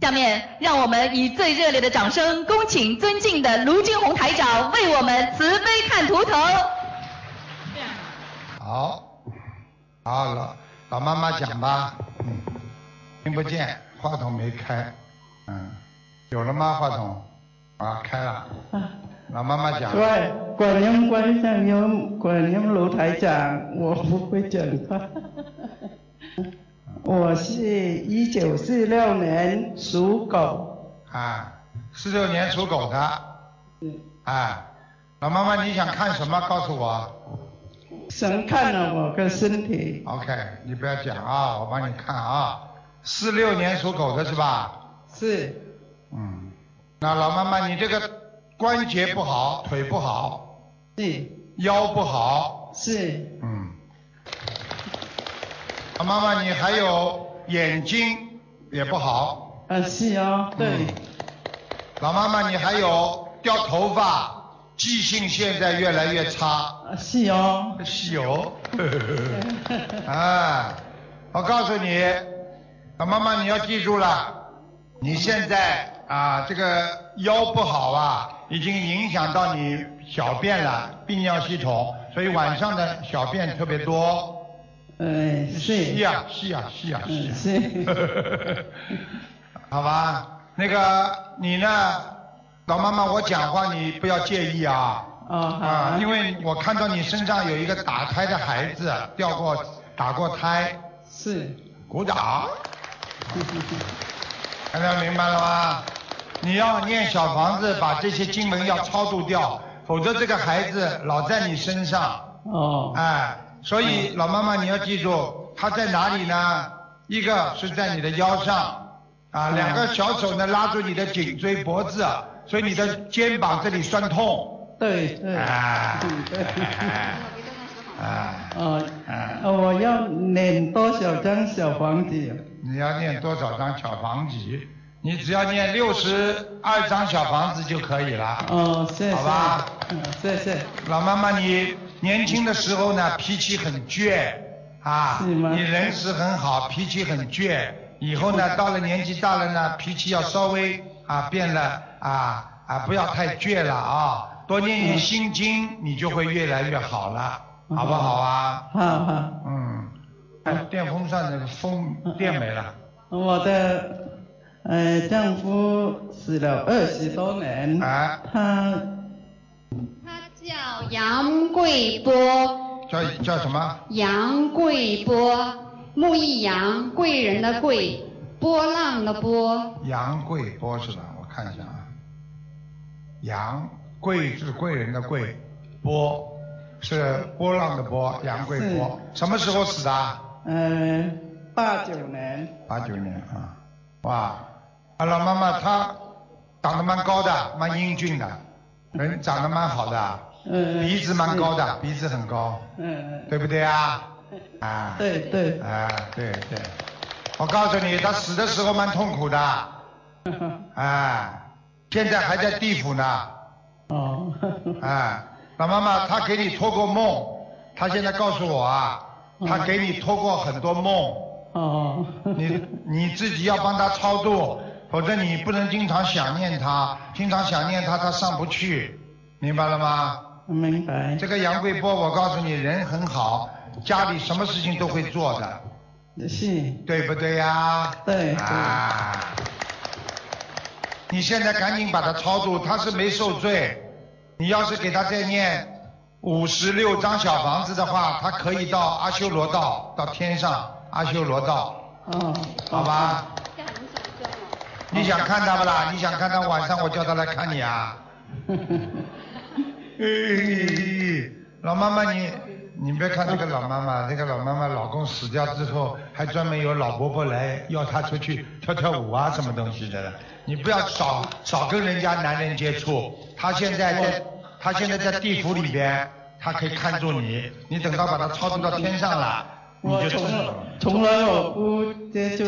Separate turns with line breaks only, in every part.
下面让我们以最热烈的掌声，恭请尊敬的卢军红台长为我们慈悲看图腾。
好，好老老妈妈讲吧，嗯，听不见，话筒没开，嗯，有了吗？话筒啊，开了，老妈妈 讲，
对，果然观上有，果然卢台长，我不会讲话。我是一九四六年属狗，
啊，四六年属狗的，啊，老妈妈你想看什么？告诉我
神看了我的身体，
，OK，你不要讲啊，我帮你看啊，四六年属狗的是吧？
是
嗯，那老妈妈，你这个关节不好，腿不好，
是
腰不好，
是
嗯。老妈妈，你还有眼睛也不好，
啊是哦，对，
老妈妈，你还有掉头发，记性现在越来越差，
啊是哦，
是有。啊，我告诉你，老妈妈，你要记住了，你现在啊，这个腰不好啊，已经影响到你小便了，泌尿系统，所以晚上的小便特别多。
哎是
是呀，是呀，是呀，
嗯
是呀。 好吧，那个你呢，老妈妈，我讲话你不要介意啊。
哦好
啊，
啊
因为我看到你身上有一个打胎的孩子，掉过打过胎，
是，
鼓掌。大家明白了吗？你要念小房子，把这些经文要超度掉，否则这个孩子老在你身上。
哦嗯
哎，所以老妈妈你要记住，它在哪里呢？一个是在你的腰上，
嗯
啊，两个小手呢拉住你的颈椎脖子，啊所以你的肩膀这里酸痛。
对对，
啊
嗯对。
啊，
哦，呃我要念多少张小房子？
你要念多少张小房子？你只要念六十二张小房子就可以了。
哦，谢谢，
好吧
嗯，谢谢，
老妈妈，你年轻的时候呢，脾气很倔啊，
是吗
你人是很好，脾气很倔。以后呢，到了年纪大了呢，脾气要稍微啊变得啊啊不要太倔了啊，多念念心经，你就会越来越好了，
嗯
好不好啊？
好好，
嗯，哎电风扇那个风电没了。
我的呃丈夫死了二十多年，
啊
他
他叫杨贵波，
叫叫什么？
杨贵波，木易杨，贵人的贵，波浪的波，
杨贵波是吧？我看一下啊，杨贵是贵人的贵，波是波浪的波，杨贵波什么时候死的啊？
呃八九年，
八九年啊，哇，啊老妈妈她长得蛮高的，蛮英俊的，人长得蛮好的，
呃
鼻子蛮高，的，鼻子很高，
是呃
对不对啊？啊，
对对，
啊，对对，我告诉你，他死的时候蛮痛苦的，啊，现在还在地府呢。
哦，
哎，老妈妈，她给你托过梦，她现在告诉我啊，她给你托过很多梦，
哦，
你你自己要帮她超度，否则你不能经常想念她，经常想念她她上不去，明白了吗？
明白，
这个杨贵波，我告诉你，人很好，家里什么事情都会做的，
是，
对不对呀、
对
啊，你现在赶紧把他超度，他是没受罪。你要是给他再念五十六张小房子的话，他可以到阿修罗道，到天上阿修罗道，
哦，
好吧？你想看他不啦？你想看他晚上我叫他来看你啊？哎老妈妈你，你别看这个老妈 妈，这个老妈妈老公死掉之后，还专门有老婆婆来要她出去 跳跳舞啊，什么东西的。你不要少少跟人家男人接触。她现在在，她现在在地府里边，她可以看住你。你等到把她超度到天上了，你
我
就知
从
道了。
从来我不接触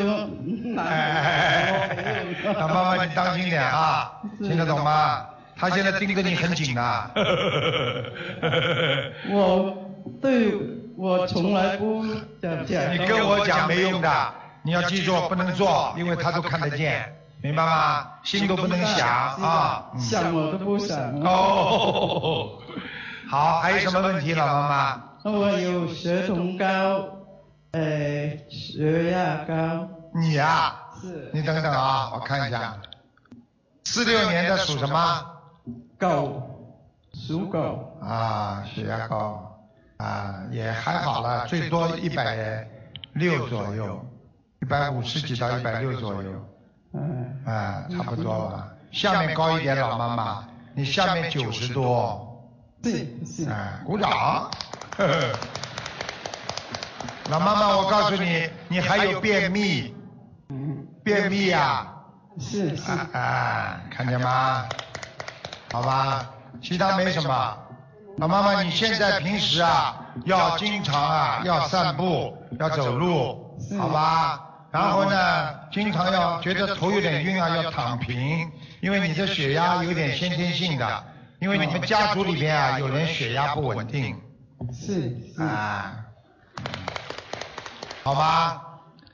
男
哎，
女，
老妈妈，你当心点啊，听得懂吗？他现在盯着你很紧的。
我对我从来不讲讲，
你跟我讲没用的，你要记住不能做，因为他都看得见。明白吗？心都不能想啊。嗯
想我都不想。
哦，好，还有什么问题，老妈妈？
我有血酮高，呃，血压高，
你呀、啊，
是
你等等啊，我看一下，四六年的属什么？
狗，属狗，
啊，血压高，啊，也还好了，最多一百六左右，一百五十几到一百六左右，
嗯、
啊，差不多吧。下面高一点，老妈妈，你下面九十多。
对，是，
哎，鼓掌。 老妈妈，我告诉你，你还有便秘，
嗯，
便秘啊呀、
是 是，
啊，啊，看见吗？好吧，其他没什么。老妈妈，你现在平时啊，要经常啊，要散步，要走路，
是
好吧？然后呢，经常要觉得头有点晕啊，要躺平，因为你的血压有点先天性的，因为你们家族里边啊，有人血压不稳定。
是是，
啊，好吧，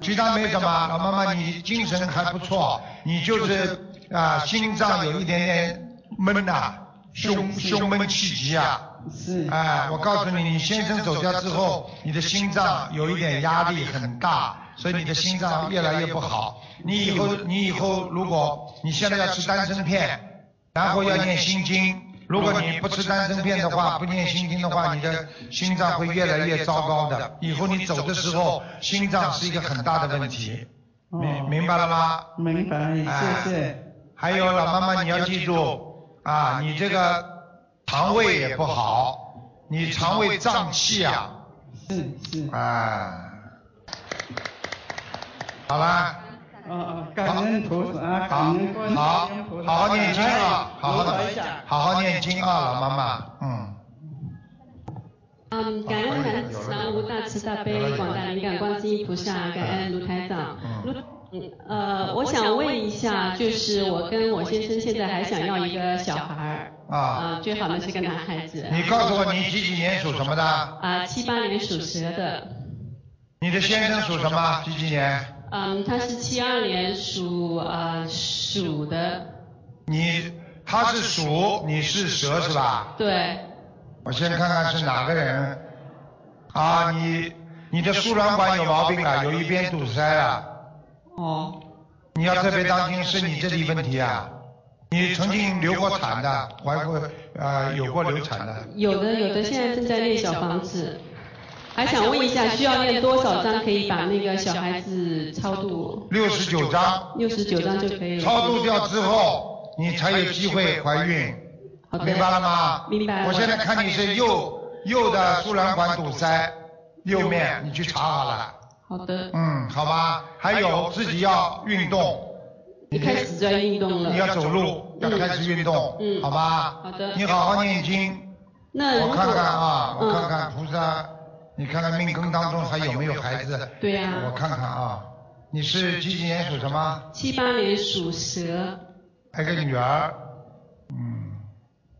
其他没什么，老妈妈你精神还不错，你就是啊心脏有一点点闷呐、胸胸闷气急啊，
是，
哎，我告诉你，你先生走掉之后，你的心脏有一点压力很大，所以你的心脏越来越不好。你以后，你以后如果你现在要吃丹参片，然后要念心经，如果你不吃丹参片的话，不念心经的话，你的心脏会越来越糟糕的。以后你走的时候，心脏是一个很大的问题，明明白了吗？
明白，谢谢，
还有老妈妈，你要记住啊，你这个肠胃也不好，你肠胃胀气啊，
是是，啊
啊，好啦，
啊，感恩菩萨，
好
感恩观，世
好
音菩，萨，
好好念经啊，好好
感恩
的
卢台长，
好好念经啊，老妈妈，嗯，
嗯，感恩南无南无大慈大悲广大灵感观世音菩萨，感恩卢台长。卢嗯呃，我想问一下，就是我跟我先生现在还想要一个小孩儿，
啊，
啊，最好呢是个男孩子。
你告诉我你几几年属什么的？
啊，七八年属蛇的，
你的先生属什么？几几年？
嗯，他是七二年属啊属的，
你他是鼠，你是蛇是吧？
对，
我先看看是哪个人。啊，你你的输卵管有毛病了，有一边堵塞了，
哦，
你要特别当心，是你这里问题啊。你曾经流过产的，怀过呃有过流产的，
有的有的现在正在练小房子，还想问一下，需要练多少张可以把那个小孩子超度？
六十九张，
六十九张就可以了。
超度掉之后，你才有机会怀孕，
好的，
明白了吗？
明白了
我现在看你是右右的输卵管堵塞，右面你去查好了。
好的，
嗯，好吧。还有自己要运动。
一开始就要运动
你
了。
要走路，要开始运动，
嗯
好吧？
好的
你好好念经，
那如
我
果
看看啊，我看
嗯，
看菩萨，你看看命根当中还有没有孩子？
对
我
呀，
看看啊，你是几几年属什么？
七八年属蛇，
还有个女儿，嗯，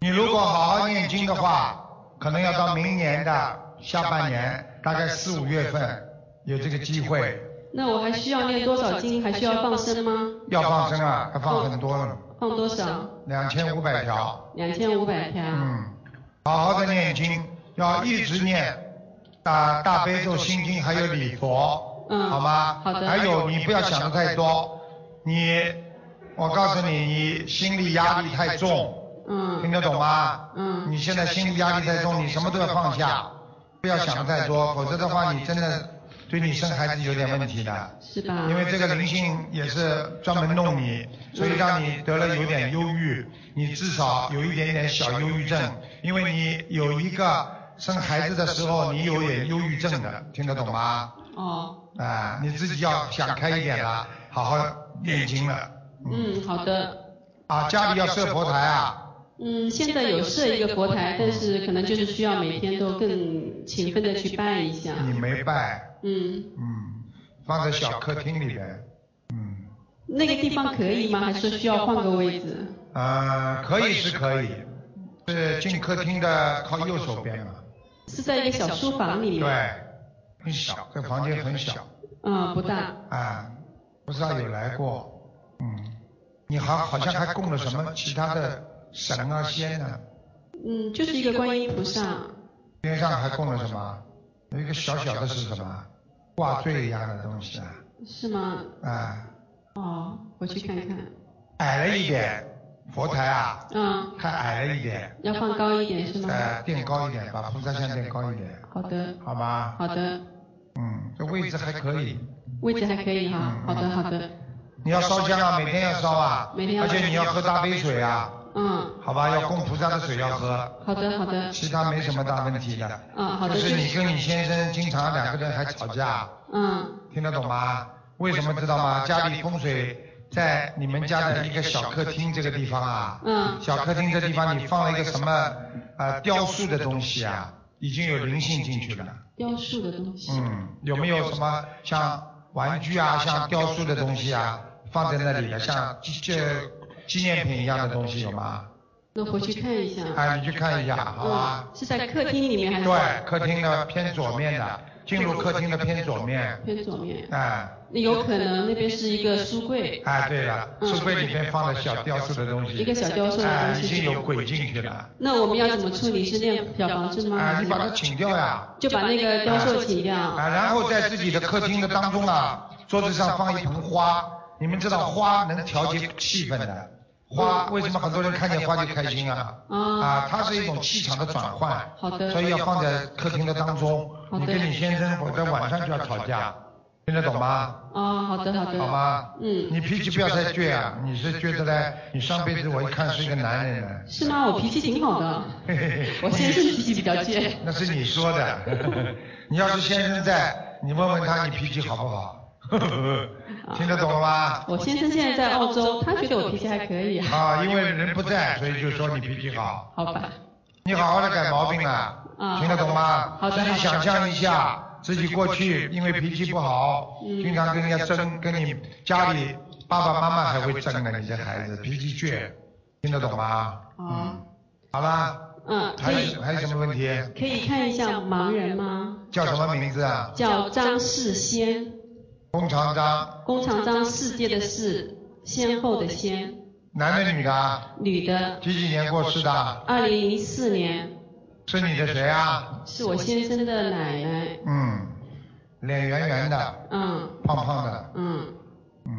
你如果好好念经的话，可能要到明年的下半年，大概四五月份有这个机会，
那我还需要念多少经？还需要放生吗？
要放生啊，要放很多了，
放多少？
两千五百条。
两千五百条。
嗯，好好的念经，要一直念啊、大悲咒、心经，还有礼佛，
嗯
好吗？
好的
还有你不要想的太多，你，我告诉你，你心理压力太重，听
嗯
得懂吗？
嗯，
你现在心理压力太重，你什么都要放下，不要想的太多，否则的话，你真的对你生孩子有点问题的。
是吧
因？为这个灵性也是专门弄你，所以让你得了有点忧郁，你至少有一点点小忧郁症，因为你有一个生孩子的时候你有点忧郁症的，听得懂吗？
哦，
啊，你自己要想开一点了，好好念经了。
嗯，好的。
啊，家里要设佛台啊，
嗯，现在有设一个佛台，但是可能就是需要每天都更勤奋的去拜一下。
你没拜，
嗯，
嗯，放在小客厅里边，嗯，
那个地方可以吗？还是需要换个位置？
呃，可以是可以，是进客厅的靠右手边嘛。
是在一个小书房里面。
对，很小，这房间很小
嗯，不大。
啊。菩萨有来过，嗯，你好好像还供了什么其他的神啊仙呢、
嗯，就是一个观音菩萨，
边上还供了什么？有一个小小的是什么？挂坠一样的东西啊，
是吗？
啊，
哦，我去看看。
矮了一点，佛台啊，
嗯，
太矮了一点，
要放高一点是吗？
呃，垫高一点，把菩萨像垫高一点，
好的，
好吗？
好的，
嗯，这位置还可以。
位置还可以哈。
嗯
好的，好的，
你要烧香啊，每天要烧啊，
每天要
而
烧
且你要喝大杯水啊，
嗯，
好吧？要供菩萨的水要喝，
好的，好的，
其他没什么大问题的。
嗯，好的，
就
就是是，
你跟你先生经常两个人还吵架，
嗯，
听得懂吗？为什么知道吗？家里风水在你们家的一个小客厅这个地方啊，
嗯，
小客厅这地方你放了一个什么呃雕塑的东西啊，已经有灵性进去了。
雕塑的东西，啊
嗯，有没有什么像玩具啊、像雕塑的东西啊，放在那里的，像纪这纪念品一样的东西有吗？
那回去看一下。
啊，你去看一下，好吧？
嗯，是在客厅里面还是？
对，客厅的偏左面的，进入客厅的偏左面。
偏左面，
哎、
那有可能那边是一个书柜，
哎、对了，
嗯
书柜里面放了小雕塑的东
一个
西，
小雕塑
哎、
的东
已经
西。
有鬼进去了。
那我们要怎么处理？是念小房子吗？
哎、
还
你
是
把它请掉呀，
就把那个雕塑请掉
啊、。然后在自己的客厅的当中啊，桌子上放一盆花，你们知道花能调节气氛的，花为什么很多人看见花就开心啊？
啊，
啊，它是一种气场的转换，
好的
所，以要放在客厅的当中。
好
你
的
跟你先生，否则晚上就要吵架，听得懂吗？
啊，好的，好
好
的，
吗？
嗯，
你脾气不要太倔啊！你是觉得嘞，你上辈子我一看是一个男人呢，
是吗？我脾气挺好 的，
嘿嘿嘿
我先生脾气比较倔。
那是你说 的。你要是先生在，你问问他你脾气好不好？ 听得懂了吗？
我先生现在在澳洲，他觉得我脾气还可以啊。
啊，因为人不在，所以就说你脾气好。
好吧，
你好好的改毛病啊，
啊
听得懂吗？
好的
自己
好的
想象一下，自己过去因为脾气不好，
嗯
经常跟人家争，跟你家里爸爸妈妈还会争呢。你这孩子脾气倔，听得懂吗？
啊，
好啦，
嗯，
还
可以
有还有什么问题？
可以看一下盲人吗？
叫什么名字啊？
叫张世先，
龚长章，
工厂张，世界的世，先后的先，
男的女的啊？
女的，
几几年过世的？
二零零四年，
是你的谁啊？
是我先生的奶奶。
嗯，脸圆圆的，
嗯
胖胖的。
嗯，
嗯，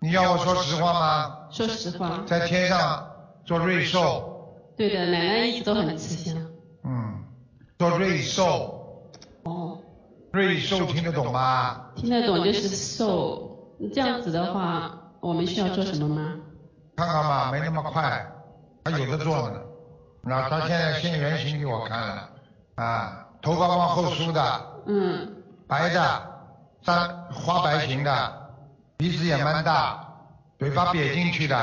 你要我说实话吗？
说实话，
在天上做瑞兽，
对的，奶奶一直都很慈祥。
嗯，做瑞兽，
哦，
瑞兽听得懂吗？
听得懂就是瘦，这样子的话，我们需要做什么吗？
看看吧，没那么快，还有的做呢。那他现在现原形给我看了，啊，头发往后梳的，
嗯
白的，三花白型的，鼻子也蛮大，嘴巴瘪进去的，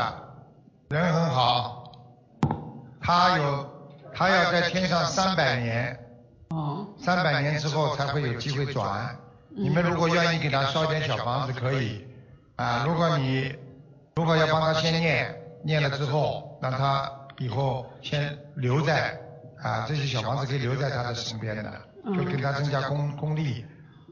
人很好。他有，他要在天上三百年，
哦，
三百年之后才会有机会转。你们如果愿意给他烧点小房子可以，啊，如果你如果要帮他先念，念了之后让他以后先留在啊这些小房子可以留在他的身边的，就给他增加功功力，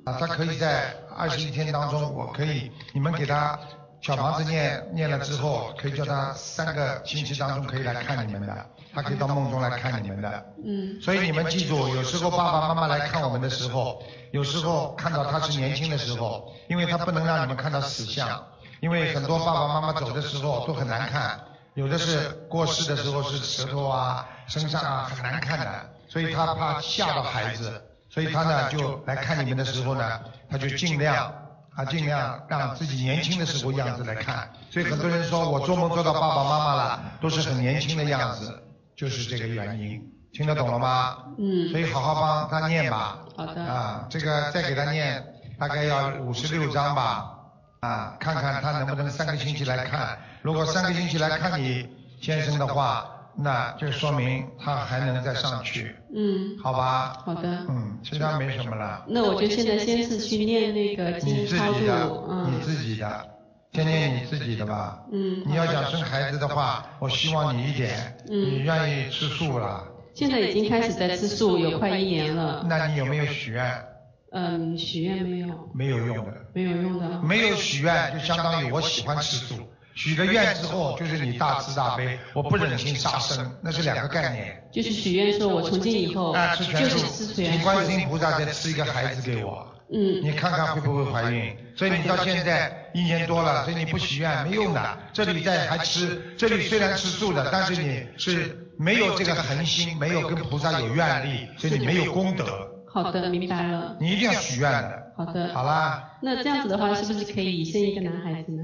啊，他可以在二十一天当中，我可以你们给他小房子念念了之后，可以叫他三个星期当中可以来看你们的，他可以到梦中来看你们的。
嗯
所以你们记住，有时候爸爸妈妈来看我们的时候，有时候看到他是年轻的时候，因为他不能让你们看到死相，因为很多爸爸妈妈走的时候都很难看，有的是过世的时候是舌头啊、身上啊很难看的，所以他怕吓到孩子，所以他呢就来看你们的时候呢，他就尽量。啊，尽量让自己年轻的时候样子来看，所以很多人说我做梦做到爸爸妈妈了，都是很年轻的样子，就是这个原因，听得懂了吗？
嗯，
所以好好帮他念吧，
好的，
啊，这个再给他念大概要五十六章吧，啊，看看他能不能三个星期来看，如果三个星期来看你先生的话，那就说明他还能再上去，
嗯，
好吧？
好的。
嗯，其他没什么了，
那我就现在先是去念那个
你
经
自
超
己的
度，，
你
嗯
自己的，先念你自己的吧。
嗯，
你要想生孩子的话，我希望你一点，你愿意吃素了，
嗯现在已经开始在吃素，有快一年了。
那你有没有许愿？
嗯，许愿没有，
没有用的。
没有用的。
没有许愿就相当于我喜欢吃素，许了愿之后，就是你大慈大悲，我不忍心杀生，那是两个概念。
就是许愿说，我从今以后
啊，吃全
就是
素，
吃全
请
素。
观世音菩萨再赐一个孩子给我，
嗯，
你看看会不会怀孕？所以你到现在一年多了，所以你不许愿没用的。这里在还吃，这里虽然吃素的，但是你是没有这个恒心，没有跟菩萨有愿力，所以你没有功德，
好的，明白了。
你一定要许愿的。
好的，
好啦，
那这样子的话，是不是可以生一个男孩子呢？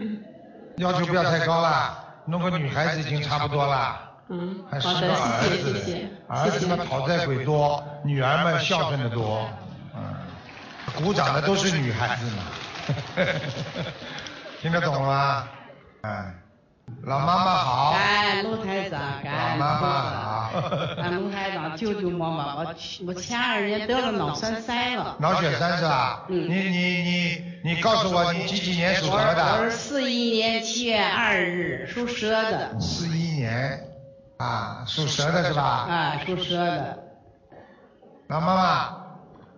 要求不要太高啦，弄个女孩子已经差不多啦。
嗯，
还
好
生个儿
的，谢谢
子
谢谢
儿
谢
子
谢
们。讨债鬼多，女儿们孝顺的多，嗯，鼓掌的都是女孩子 嘛，听得懂了吗？嗯，老妈妈好，
哎
感恩卢台长，
老
感恩
妈
菩
妈
萨，
好，
感恩卢台长救救妈妈，我去我前二年得了脑栓塞了，
脑血栓是吧？
嗯
啊你你你你告诉我你几几年属什么
我是
的？
四一年七月二日属蛇的，
四一年，啊，属蛇的是吧？
啊，属蛇的。
老妈妈，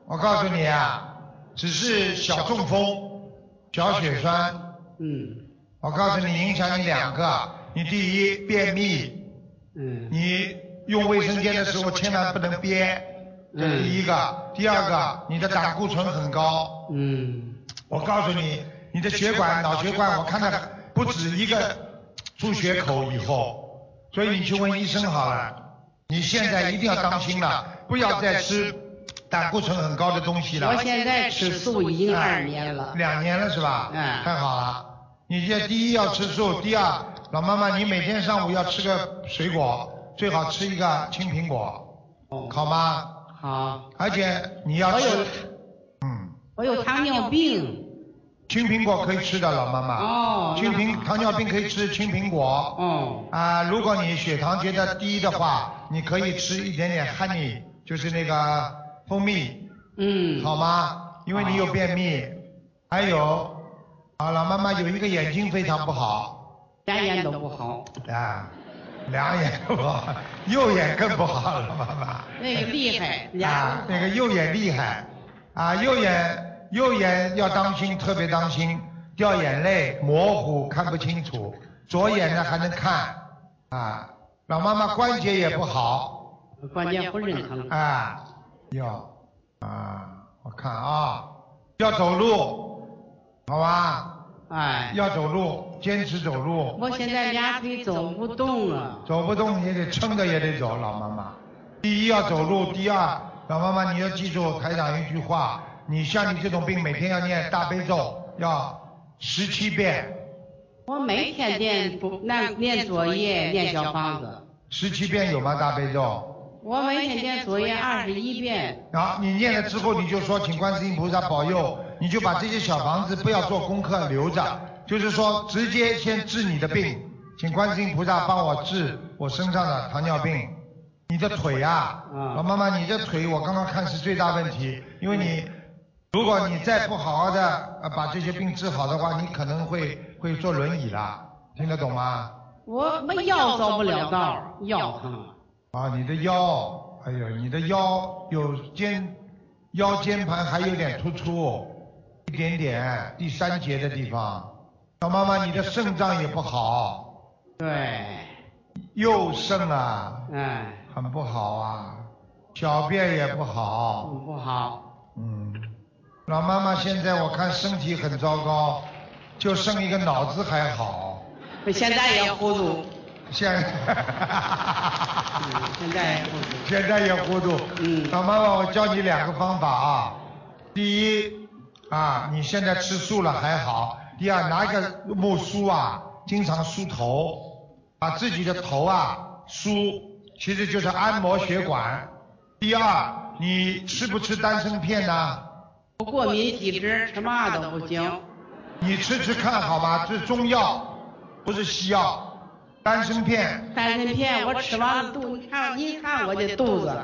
我告诉你啊，只是小中风、小血栓。
嗯
我告诉你，影响你两个。你第一，便秘，
嗯
你用卫生间的时候千万不能憋，这是第一个。第二个，你的胆固醇很高。
嗯
我告诉你，你的血管、脑血管，我看到不止一个出血口以后，所以你去问医生好了。你现在一定要当心了，不要再吃胆固醇很高的东西了。
我现在吃素已经二年了。
两年了是吧？
嗯
太好了。你这第一要吃素，第二，老妈妈，你每天上午要吃个水果，最好吃一个青苹果，
哦
好吗？
好，
而且你要吃
我哦有，
嗯，
我有糖尿病。
青苹果可以吃的，老妈妈。
哦
青
那
苹
好
糖尿病可以吃青苹果。
哦
啊，如果你血糖觉得低的话，你可以吃一点点 honey，就是那个蜂蜜。
嗯
好吗？因为你有便秘，还有，啊，老妈妈有一个眼睛非常不好
两眼都不好，
啊，两眼不好，右眼更不好了，妈妈。
那个哎厉害，
啊
俩，
那个右眼厉害，啊，右眼右眼要当心，特别当心，掉眼泪，模糊，看不清楚。左眼呢还能看，啊，老妈妈关节也不好，
关键不正常。
啊，要啊，我看啊，要走路，好吧，
哎，
要走路，坚持走路，
我现在俩腿走不动了。
走不动也得撑着也得走，老妈妈。第一要走路，第二，老妈妈你要记住台长一句话，你像你这种病，每天要念大悲咒，要十七遍，
我每天念不那念作业，念小房子。
十七遍有吗？大悲咒。
我每天念作业二十一遍。
然后你念了之后，你就说请观世音菩萨保佑，你就把这些小房子不要做功课留着，就是说直接先治你的病，请观世音菩萨帮我治我身上的糖尿病。你的腿啊，
嗯
老妈妈，你这腿啊我刚刚看是最大问题，因为你如果你再不好好的把这些病治好的话，你可能会会坐轮椅啦，听得懂吗？
我我腰走不了道儿，腰疼。
啊，你的腰，哎呦，你的腰有肩，腰间盘还有点突出，一点点，第三节的地方。老妈妈，你的肾脏也不好，
对，
右肾啊，
哎，
很不好啊，小便也不好，
不好。
嗯。老妈妈现在我看身体很糟糕，就剩一个脑子还好，
我现在也糊涂。
现
嗯，现在也糊涂。
现在也糊涂。
嗯
老妈妈，我教你两个方法啊。第一，啊，你现在吃素了还好。第二，拿一个木梳啊，经常梳头，把自己的头啊梳，其实就是按摩血管。第二，你吃不吃丹参片呢、
不过敏体质，吃嘛都不行。
你吃吃看好吗？这是中药，不是西药。丹参片，
丹参片我吃完了肚，你看你看我这肚子，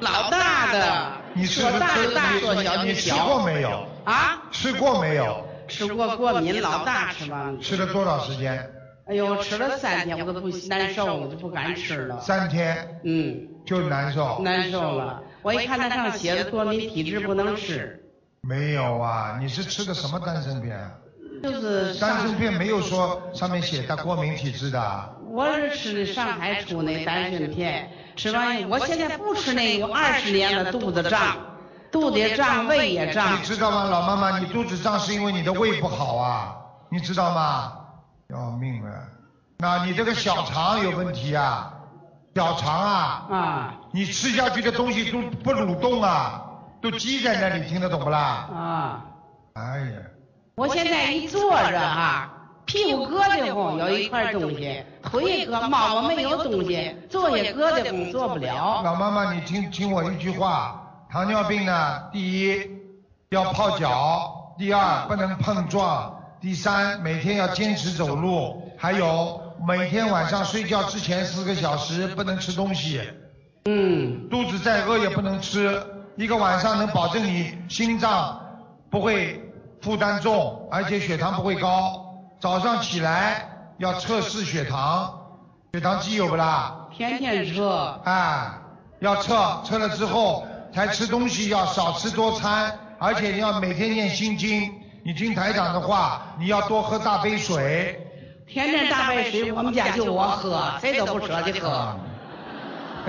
老大的，
你是不
说
是
大
吃
的大说小
你
的
你吃过
小
没有？
啊，
吃过没有？
吃过过敏，老大吃完了，
吃了多少时间？
哎呦，吃了三天我都不难受，我就不敢吃了，
三天
嗯，
就难受？
难受了。我一看那上写的过敏体质不能吃，
没有啊，你是吃的什么丹参片啊？
就是
丹参
上，
片没有说上面写它过敏体质的啊，
我是吃的上海出那丹参片，吃完以后我现在不吃那个，我二十年了肚子胀，肚子也胀，胃也胀
你，知道吗，老妈妈，你肚子胀是因为你的胃不好啊，你知道吗？要命了，那你这个小肠有问题啊，小肠啊，
啊
你吃下去的东西都不蠕动啊，都积在那里，听得懂不啦？
啊。
哎呀，
我现在一坐着哈，屁股疙瘩红有一块东西，腿也疙猫我没有东西，坐也疙瘩红坐不了。
老妈妈，你听听我一句话，糖尿病呢，第一要泡脚，第二不能碰撞，第三每天要坚持走路，还有每天晚上睡觉之前四个小时不能吃东西，
嗯，
肚子再饿也不能吃，一个晚上能保证你心脏不会负担重，而且血糖不会高。早上起来要测试血糖，血糖机有不啦？
天天吃，
啊，要测，测了之后才吃东西，要少吃多餐，而且你要每天念心经。你听台长的话，你要多喝大杯水。
天天大白水，我们家就我喝，谁都不舍得喝。
啊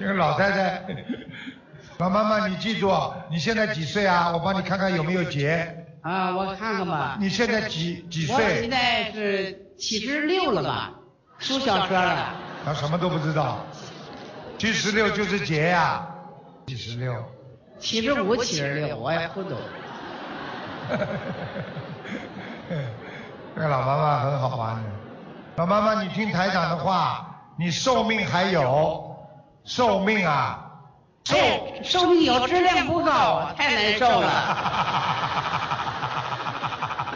这个老太太，老妈妈，你记住，你现在几岁啊？我帮你看看有没有结。
啊，我看看吧，
你现在几几
我现
岁？
在是七十六了吧，读小学了。
他啊什么都不知道。七十六就是结呀、七十六。
七十五、七十六，我也不懂。
这个老妈妈很好玩的，老妈妈，你听台长的话，你寿命还有，寿命啊，寿，
哎，寿命有质量不高啊，太难受 了，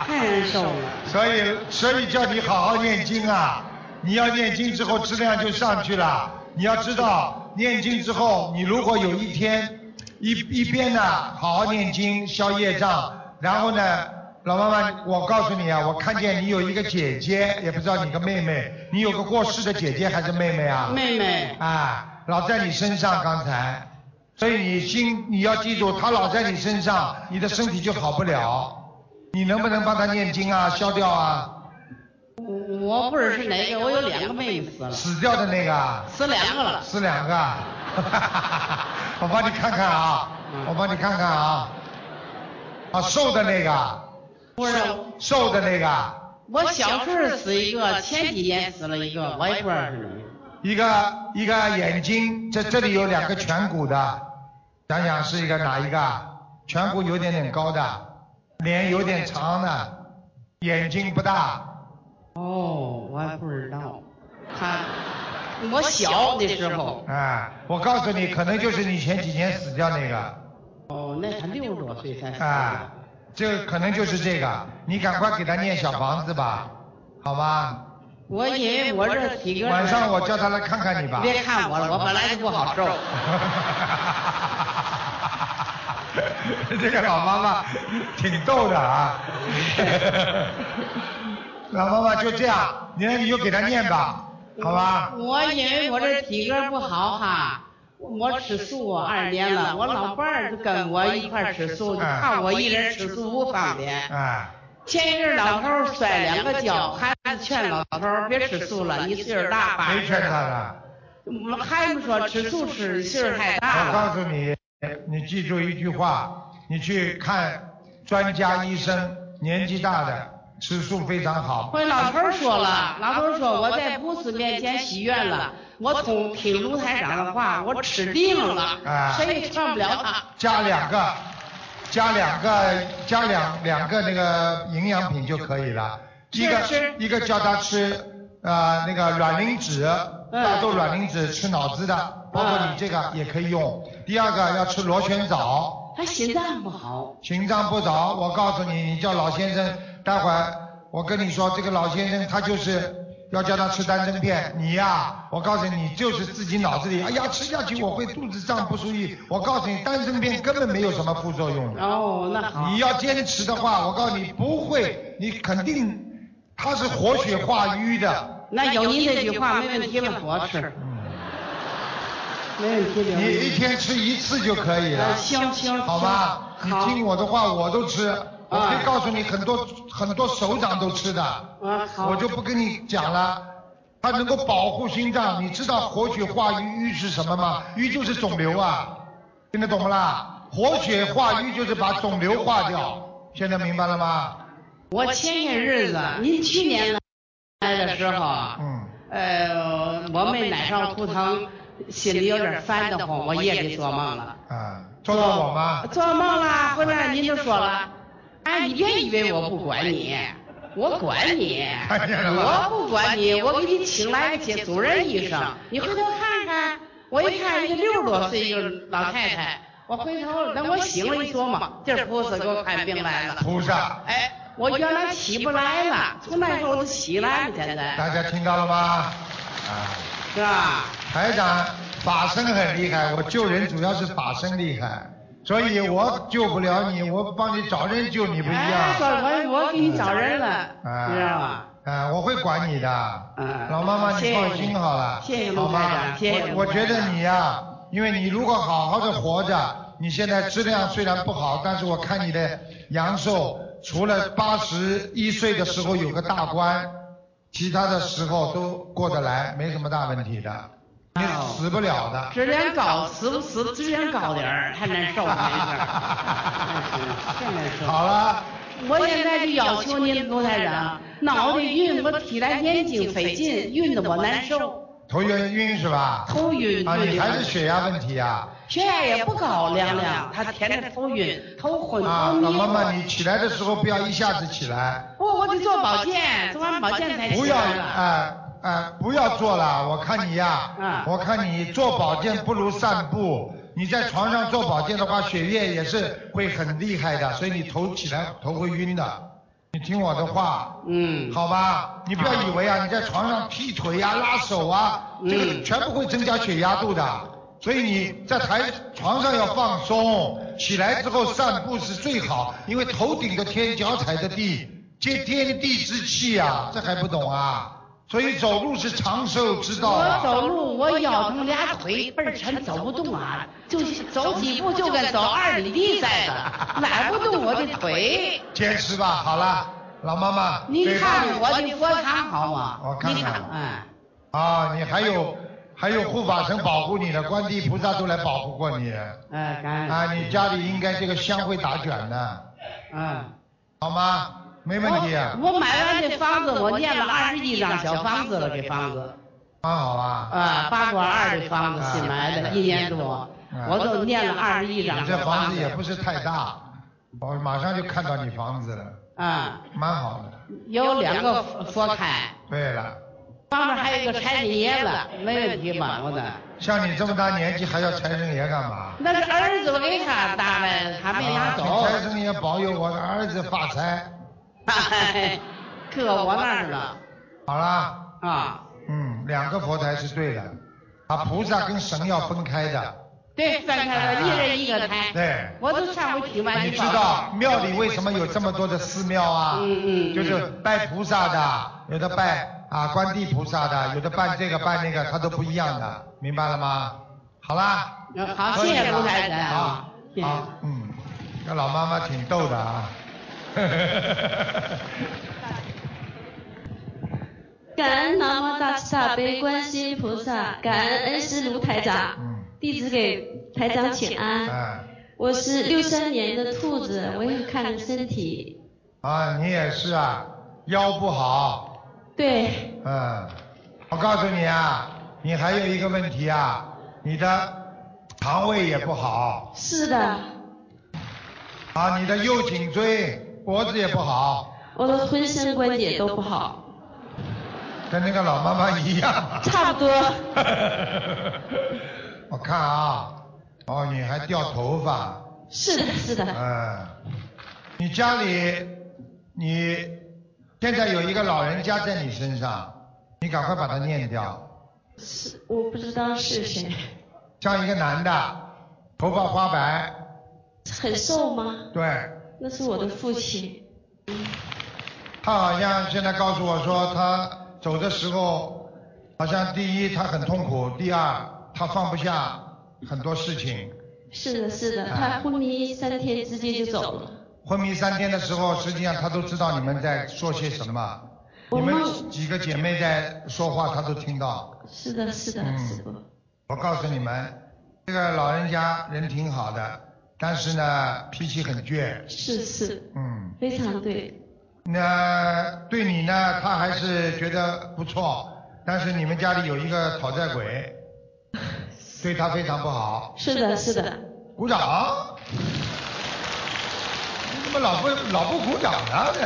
太难受了。
所以所以叫你好好念经啊，你要念经之后质量就上去了，你要知道念经之后，你如果有一天一一边呢好好念经消业障，然后呢。老妈妈，我告诉你啊，我看见你有一个姐姐，也不知道你个妹妹，你有个过世的姐姐还是妹妹啊？
妹妹，
啊，老在你身上刚才，所以你心你要记住，他老在你身上，你的身体就好不了。你能不能帮他念经啊，消掉啊？
我我不知道是哪个，我有两个妹妹死了。
死掉的那个啊，
死两个了。
死两个啊， 我帮你看看啊，我帮你看看啊，啊，瘦的那个啊，
不是，
瘦的那个啊，
我小时候死一个，前几年死了一个，我也不知道是哪个。
一个一个眼睛，这这里有两个颧骨的，想想是一个哪一个啊？颧骨有点点高的，脸有点长的，眼睛不大，
哦，我还不知道。他，我小的时候，
啊，我告诉你，可能就是你前几年死掉那个，
哦，那才六十多岁才死
啊
的。，
这可能就是这个，你赶快给他念小房子吧，好吗？
我因为我这体格，
晚上我叫他来看看你吧。
别看我了，我本来就不好受。
这个老妈妈挺逗的啊，老妈妈就这样，你你就给她念吧，好吧？
我因为我这体格不好哈。我吃素二年了，我老伴儿就跟我一块儿吃素，就
哎
看我一人吃素不方便。
哎，
前一阵老头儿摔两个跤，孩子劝老头儿别吃素了，你岁数大吧。
谁劝她的？
我孩子说吃素吃岁数太大
我告
了。
诉你，你记住一句话，你去看专家医生，年纪大的吃素非常好。
后来老头儿说了，老头儿说我在不死面前许愿了，我从听卢台长的话，我吃定了，
哎
谁也劝不了他。
加两个，加两个，加两两个那个营养品就可以了。一个
吃
一个叫他吃啊、呃那个卵磷脂，
嗯
大豆卵磷脂吃脑子的，包括你这个也可以用。第二个要吃螺旋藻，
他心脏不好，
心脏不着，我告诉你，你叫老先生，待会儿我跟你说，这个老先生他就是。要叫他吃丹参片，你呀、我告诉你，你就是自己脑子里，哎呀，吃下去我会肚子胀不舒服。我告诉你，丹参片根本没有什么副作用的。
哦，那好
你，要坚持的话，我告诉你不会，你肯定它是活血化瘀的。
那有您这句话没问题了，我吃，没问题
你
的。
一天吃一次就可以了
呃，行行，
啊好吧？你
行
听我的话，我都吃，我可以告诉你，很多很多首长都吃的，
啊好
我就不跟你讲了。它能够保护心脏，你知道活血化瘀瘀是什么吗？瘀就是肿瘤啊，听得懂不啦？活血化瘀就是把肿瘤化掉，现在明白了吗？
我前些日子，您去年来的时候啊，
嗯，
呃，我妹奶梢图腾，心里有点烦得慌，我夜里做梦了。
啊，做到我吗？
做梦啦，回来您就说了，哎，你别以为我不管你，我管你，
看见了
我
吗？
不管你，我给你请来个接主任医生，你回头看看。我一看，一六十多岁一个老太太，我回头等我醒了一琢磨，这菩萨给我看病来了。
菩萨，
哎，我原来起不来了，从那以后我就起来了，现在
大家听到了吗？啊，
是吧？
台长法身很厉害，我救人主要是法身厉害，所以我救不了你，我帮你找人救你不一
哎，说
样。
我我给你找人了，
啊
你知道吗？
啊，我会管你的
嗯，
老妈妈你
谢谢
放心好了，
谢谢
好
陆台
吗
长？谢谢
我
陆
我
台
觉得
长
你呀、因为你如果好好的活着，你现在质量虽然不好，但是我看你的阳寿，除了八十一岁的时候有个大关，其他的时候都过得来，没什么大问题的，你
哦
死不了的。
质量高，死不死质量高点儿，还难受呢，啊这事儿真难受。
好了，
我现在就要求您卢台长，脑袋晕，我起来眼睛费劲，晕得我难受，
头晕晕是吧？
头晕，
啊，
对
你还是
对，
血压问题啊？
血压也不高，亮亮，他天天头晕，头昏，
啊
头，迷
老妈妈，
糊
你起来的时候不要一下子起来。
哦我我得做保健，做完保健才
不
起
要
来了。
哎哎，不要做了，我看你呀、
嗯
我看你做保健不如散步。你在床上做保健的话，血液也是会很厉害的，所以你头起来头会晕的。你听我的话，
嗯，
好吧？你不要以为啊，你在床上劈腿呀、拉手啊，这个
嗯
全部会增加血压度的。所以你在台床上要放松，起来之后散步是最好，因为头顶着天，脚踩着地，接天地之气啊，这还不懂啊？所以走路是长寿之道
我
啊。
走路我腰疼，俩腿倍儿沉，走不动啊，就是走几步就跟走二里地似 的，拉不动我的腿。
坚持吧，好了，老妈妈，
你
对吧
看我的佛堂好吗？
我看看
你哎，
啊，你还有还有护法神保护你呢，观地菩萨都来保护过你。
哎，感恩
啊，你家里应该这个香会打卷的，
嗯。
好吗？没问题啊，
我我买完这房子，我念了二十一张小房子了，这房子
蛮好啊。
啊，八馆二的房子新买的，一年多啊
嗯，
我都念了二十一
你
张
哎这
小
房
房
子
子
也不是太大，我马上就看到你房子了，
啊，
蛮好的。
嗯有两个佛龛。
对了，
方面还有一个柴米爷子，没问题吧？我的，
像你这么大年纪还要财神爷干嘛？
那是儿子我给他打的，他没拿
啊
走
请，财神爷保佑我的儿子发财。
哎搁我那儿了
好啦，
啊。
嗯，两个佛台是对的，啊，菩萨跟神要分开的。
对，分开了，一人一个台。
对，
我都上回听完
你知
报告
道庙里为什么有这么多的寺庙啊？
嗯嗯嗯
就是拜菩萨的，有的拜啊观地菩萨的，有的拜这个拜那个，它都不一样的，明白了吗？好啦。
嗯好，谢谢卢台长啊，谢谢
好，嗯，这老妈妈挺逗的啊。
感恩南无大慈大悲观世音菩萨，感恩恩师卢台长，
嗯，
弟子给台长请
啊
安。
哎，
我是六三年的兔子，我也看了身体，
啊，你也是啊，腰不好，
对，
嗯，我告诉你啊，你还有一个问题啊，你的肠胃也不好，
是的，
啊，你的右颈椎、脖子也不好，
我的浑身关节都不好，
跟那个老妈妈一样。
差不多。
我看啊，哦，你还掉头发。
是的，是的，
嗯，你家里，你现在有一个老人家在你身上，你赶快把他念掉。
是我不知道是谁，
像一个男的，头发花白，
很瘦吗？
对
那是我的父亲。
他好像现在告诉我说，他走的时候，好像第一他很痛苦，第二他放不下很多事情，
是的，是的，他昏迷三天之间就走了。
昏迷三天的时候，实际上他都知道你们在说些什么，
我
你们
梦
几个姐妹在说话，他都听到。
是的，是的，
嗯
师傅。
我告诉你们，这个老人家人挺好的，但是呢脾气很倔，
是是，
嗯，
非常对，
那对你呢，他还是觉得不错，但是你们家里有一个讨债鬼，对他非常不好。
是的，是的，
鼓掌！你怎么老不老不鼓掌呢？这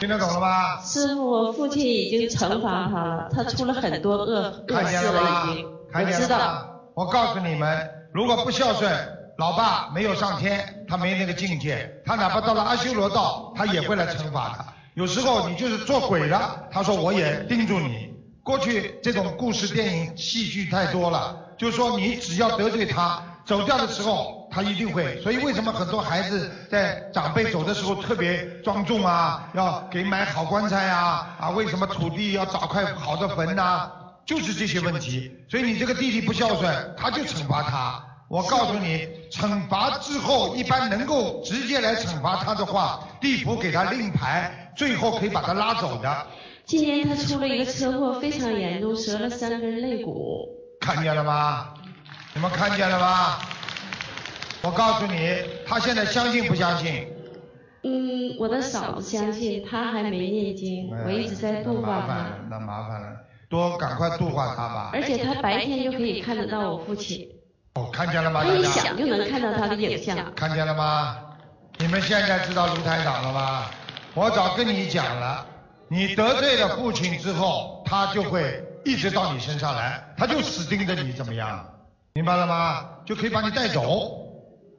听得懂了吗？
师傅，我父亲已经惩罚他了，他出了很多恶恶
看见
事
了
了，
吧
已经。？
看
我
见
知
了
道，
吧？我告诉你们，如果不孝顺，老爸没有上天，他没那个境界，他哪怕到了阿修罗道，他也会来惩罚他。有时候你就是做鬼了，他说我也盯住你。过去这种故事、电影、戏剧太多了，就是说你只要得罪他，走掉的时候他一定会。所以为什么很多孩子在长辈走的时候特别庄重啊，要给买好棺材啊，啊，为什么土地要找块好的坟呐、啊就是这些问题。所以你这个弟弟不孝顺，他就惩罚他。我告诉你，惩罚之后，一般能够直接来惩罚他的话，地府给他令牌，最后可以把他拉走的。
今年他出了一个车祸，非常严重，折了三根肋骨。
看见了吗？你们看见了吗？我告诉你，他现在相信不相信？
嗯，我的嫂子相信，她还没念经，我一直在度化
哎
她，，
那麻烦了那麻烦了，多赶快度化他吧。
而且她白天就可以看得到我父亲，
哦，看见了吗？
她
大
一
家
想就能看到他的影像。
看见了吗？你们现在知道卢台长了吧？我早跟你讲了，你得罪了父亲之后，他就会一直到你身上来，他就死盯着你怎么样，明白了吗？就可以把你带走。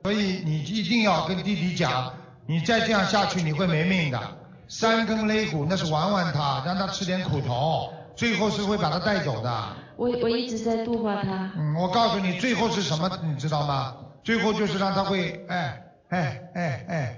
所以你一定要跟弟弟讲，你再这样下去你会没命的。三根肋骨那是玩玩他，让他吃点苦头，最后是会把他带走的。
我我一直在度化她。
嗯，我告诉你，最后是什么，你知道吗？最后就是让他会，哎哎哎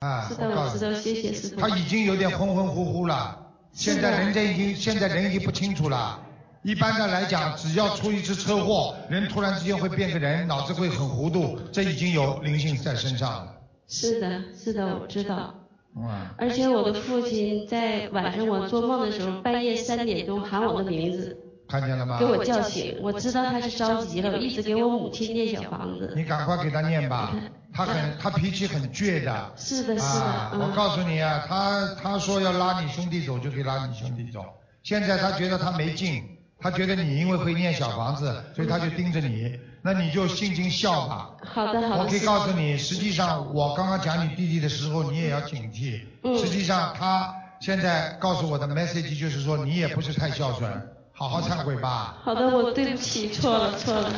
哎，啊，
知道，
我告
我
诉
知
你，
道，谢谢师傅。
他已经有点浑浑惚惚了，
是的
现在人家已经，现在人已经不清楚了。一般的来讲，只要出一次车祸，人突然之间会变个人，脑子会很糊涂，这已经有灵性在身上了。
是的，是的，我知道。
嗯，
而且我的父亲在晚上我做梦的时候，半夜三点钟喊我的名字，
看见了吗
给？我叫醒。我知道他是着急了，我一直给我母亲念小房子。
你赶快给他念吧，他很，他脾气很倔的。
是的，是的
啊，，我
嗯，
告诉你啊，他他说要拉你兄弟走，就可以拉你兄弟走。现在他觉得他没劲，他觉得你因为会念小房子，所以他就盯着你，那你就心情笑吧。
好的，好
我
的，
可以
师
告
傅。
诉你，实际上我刚刚讲你弟弟的时候，你也要警惕。
嗯
实际上他现在告诉我的 message 就是说，你也不是太孝顺，好好忏悔吧。
好的，我对不起，错了，错了，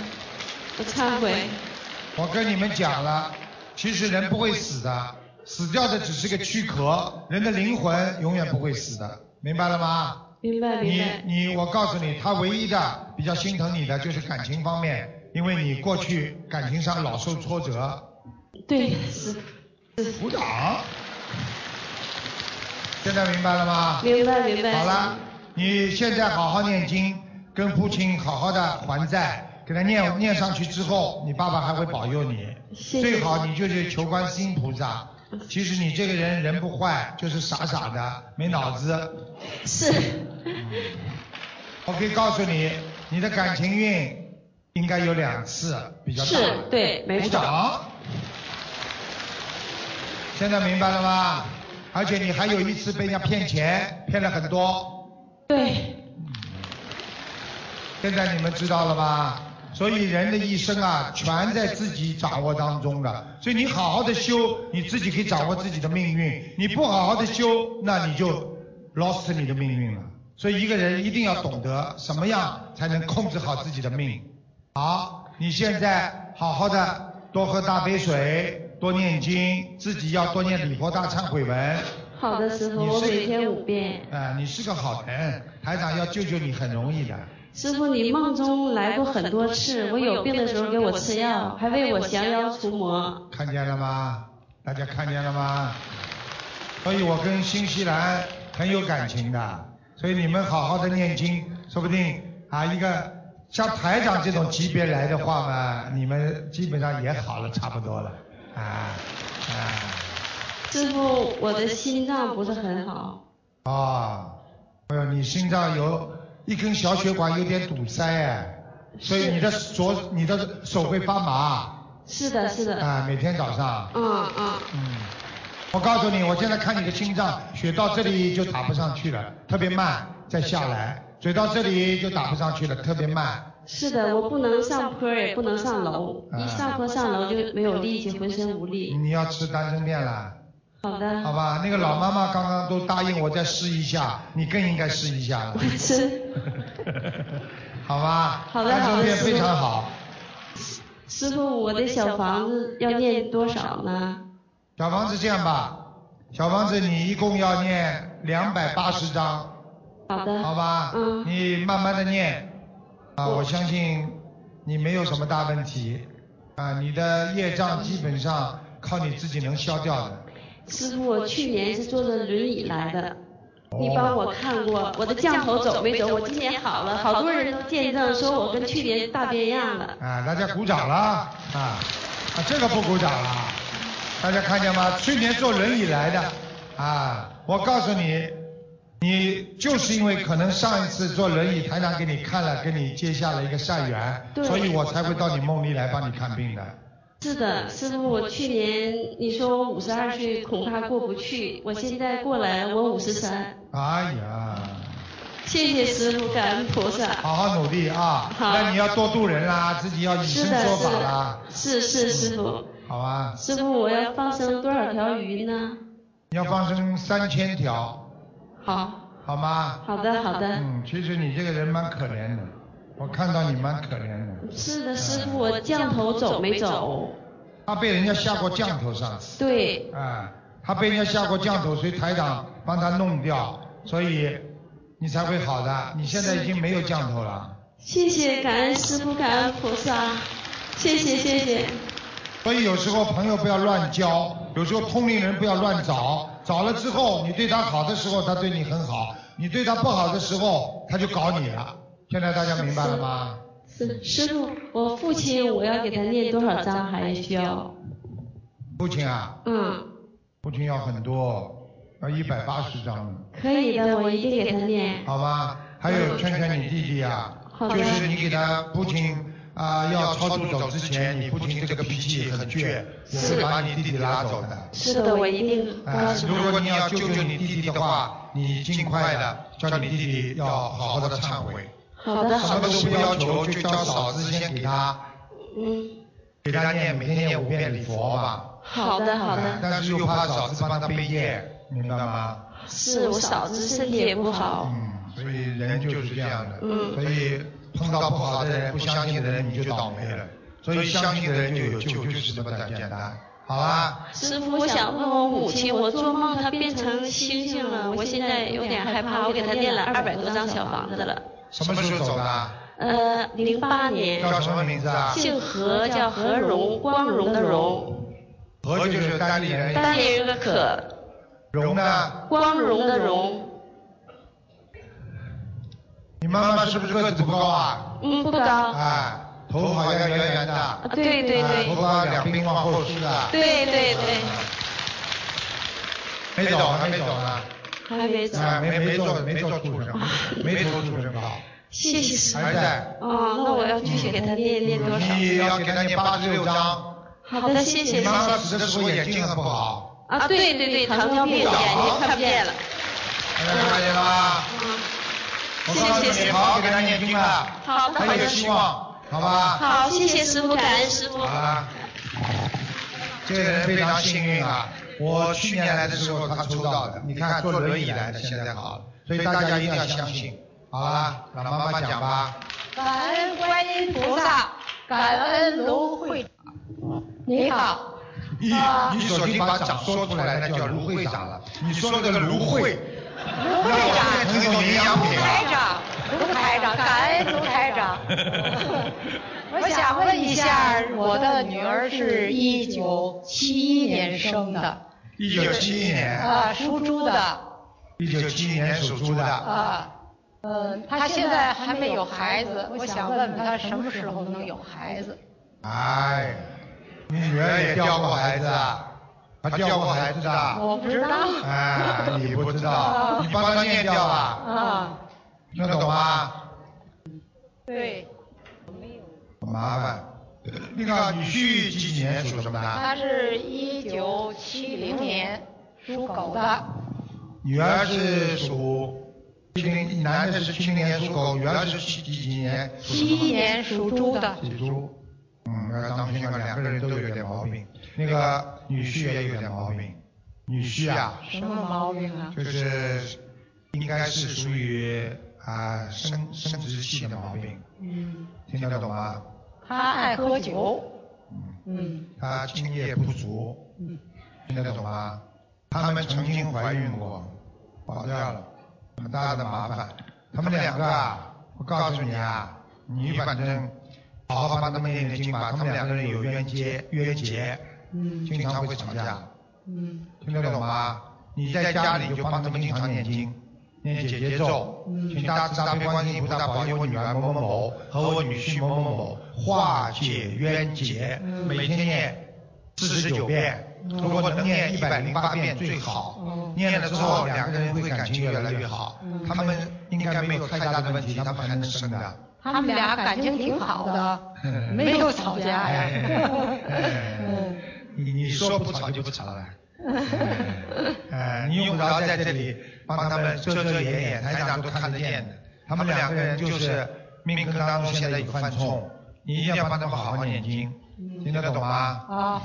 我忏悔。
我跟你们讲了，其实人不会死的，死掉的只是个躯壳，人的灵魂永远不会死的，明白了吗？
明白，明
你
白。
你，我告诉你，他唯一的比较心疼你的就是感情方面，因为你过去感情上老受挫折。
对，师傅，
鼓掌。现在明白了吗？
明白，明白。
好了，你现在好好念经，跟父亲好好的还债，给他念念上去之后，你爸爸还会保佑你。
谢谢
最好你就是求观世音菩萨。其实你这个人人不坏，就是傻傻的，没脑子。
是，
我可以告诉你，你的感情运应该有两次比较大。啊
是，对，没
鼓
错。
掌。现在明白了吗？而且你还有一次被人家骗钱，骗了很多。
对，
现在你们知道了吧？所以人的一生啊，全在自己掌握当中的。所以你好好的修，你自己可以掌握自己的命运；你不好好的修，那你就 lost 你的命运了。所以一个人一定要懂得什么样才能控制好自己的命。好，你现在好好的多喝大杯水，多念经，自己要多念礼佛大忏悔文。
好的，师傅，
你是
我每天五遍。
啊、你是个好人，台长要救救你很容易的。
师傅，你梦中来过很多次，我有病的时候给我吃药，还为我降妖除魔。
看见了吗？大家看见了吗？所以我跟新西兰很有感情的，所以你们好好的念经，说不定啊，一个像台长这种级别来的话嘛，你们基本上也好了差不多了。啊啊
师傅，我的心脏不是很好，
啊！哎呦，你心脏有一根小血管有点堵塞哎，所以你的左你的手会发麻
是的，是的，
啊，每天早上。
嗯嗯，
嗯，我告诉你，我现在看你的心脏，血到这里就打不上去了，特别慢，再下来，水到这里就打不上去了，特别慢。
是的，我不能上坡，也不能上楼，
啊
一上坡上楼就没有力气，浑身无力。
你要吃丹参片了，
好的，
好吧？那个老妈妈刚刚都答应我再试一下，你更应该试一下了
我，吃。
好吧？
好的
丹参
好
片
的
非常好。
师傅，我的小房子要念多少呢？
小房子这样吧，小房子你一共要念两百八十章。
好的，
好吧，
嗯
你慢慢的念，啊，我相信你没有什么大问题，啊，你的业障基本上靠你自己能消掉的。
师傅，我去年是坐着轮椅来的，
哦
你帮我看过我的降头走没走？我今年好了，好多人都见证说我跟去年大变样了。
啊，大家鼓掌了啊，啊，这个不鼓掌了，大家看见吗？去年坐轮椅来的，啊，我告诉你，你就是因为可能上一次坐轮椅，台长给你看了，给你结下了一个善缘，
对
所以我才会到你梦里来帮你看病的。
是的，师傅，我去年你说我五十二岁恐怕过不去，我现在过来我五十三，
哎呀。
谢谢师傅，感恩菩萨。
好好努力啊！
好
那你要多度人啦，自己要以身
是的，
说
是
法
的
啦，，
是是师傅，
好吧？
师傅我要放生多少条鱼呢？
你要放生三千条，
好，
好吗？
好的好的，
嗯，其实你这个人蛮可怜的，我看到你蛮可怜的。
是的师傅，我嗯降头走没走？
他被人家下过降头上次，
对，
啊，他被人家下过降头，所以台长帮他弄掉，所以你才会好的。你现在已经没有降头了，
谢谢感恩师傅，感恩菩萨，谢谢谢谢，
所以有时候朋友不要乱交，有时候通灵人不要乱找，找了之后你对他好的时候，他对你很好；你对他不好的时候，他就搞你了。现在大家明白了吗？
是师傅，我父亲我要给他念多少章还需要？
父亲啊，
嗯，
父亲要很多，要一百八十张呢，
可以的，我一定给他念。
好吗？还有劝劝你弟弟啊，
好的
就是你给他父亲啊、要超度走之前，你父亲这个脾气很倔，我会把你弟弟拉走的。
是的，我一定
啊
告，诉
如
他。
果你要救救你弟弟的话，你尽快的叫你弟弟要好好的忏悔，
好的，
什
好
么
的，
都不要求，就叫
嗯，
嫂子先给他，给他念，每天念五遍礼佛吧。
好的，好
啊
的，
但是又怕嫂子帮他背业，明白吗？
是我嫂子身体也不好，
嗯，所以人就是这样的，
嗯
所以碰到不好的人、不相信的人，你就倒霉了。所以相信的人就有救，就是这么的简单，好吧？
师傅，我想问我母亲，我做梦她变成星星了，我现在有点害怕，我给她念了二百多张小房子了，
什么时候走的？
呃，零八年，
叫什么名字啊？
姓何，叫何荣，光荣的荣，
何就是单立人，
单立人个可，
荣呢？
光荣的荣，
你妈妈是不是个子不高啊？
嗯，不高，
啊，头好像圆圆的，
对对
啊头
对，
发两鬓往后梳的。
对对对，
没走，还没走呢，
还啊没走，
啊，没没做没做畜生，没头畜生好，
谢谢师
还在。
哦，那我要继续给他念念多少？
你要给他念八十六章。
好的，谢
你
谢。
妈妈死的时候眼睛很不好，
啊，对对对，糖尿病眼睛看不见了。
大家看见了吧？我
嗯
告
谢
诉
谢
你，
师傅
好好给他念经了，
好的，
他
好
有
的。
希望，好吧？
好，谢谢师傅，感恩师傅。
啊，这个人非常幸运啊！我去年来的时候他抽到的，你看坐轮椅来的现在好了，所以大家一定要相信，好吧？让妈妈讲吧。
感恩观音菩萨，感恩卢会。你好，
你
啊
你索性把掌说出来，那叫芦荟长了。你说那个芦荟，
卢
那
会
我变
长，
成一种营养
卢
品
台
了。
长，卢台长，感恩卢台长。
啊
我想问一下，我的女儿是一九七一年生的，
一九七一年，
啊，属猪的，
一九七一年属猪的，
啊，呃，她现在还没有孩子，我想问问她什么时候能有孩子？
哎，你女儿也掉过孩子啊？她掉过孩子的啊？
我不知道
哎，你不知道，你帮她念掉啊？
啊。
听得懂吗？
对，
麻烦。那个女婿几几年属什么的？
他是一九七零年属狗的，
女儿是属七零，男的是七零年属狗，女儿是七几几年属什
七
么
一？年属猪的，
属猪。嗯，要当心啊，两个人都有点毛病。那个女婿也有点毛病。女婿啊，
什么毛病啊？
就是应该是属于啊生生殖器的毛病，
嗯，
听得懂啊吗？
他爱喝酒，嗯，
他精液不足，
嗯
听得懂吗？他们曾经怀孕过，跑掉了，很大的麻烦。他们两个啊，我告诉你啊，你反正好好帮他们念念经吧，他们两个人有冤结，冤结，
嗯
经常会吵架，
嗯
听得懂吗？你在家里就帮他们经常念经，念姐姐咒，
嗯
请大慈大悲观世音菩萨保佑我女儿某某某和我女婿某某某化解冤结，
嗯
每天念四十九遍，如果能念一百零八遍最好
哦。
念了之后，两个人会感情越来越好，
嗯
他们应该没有太大的问题，他们还能生的。
他们俩感情挺好的，
没
没有吵架呀。
哎，你你说不吵就不吵了。哎，你用不着在这里帮他们遮遮掩掩，台长都看得见的。他们两个人就是命根当中现在有犯冲，你一定要帮他们好好念经，听得懂吗？
啊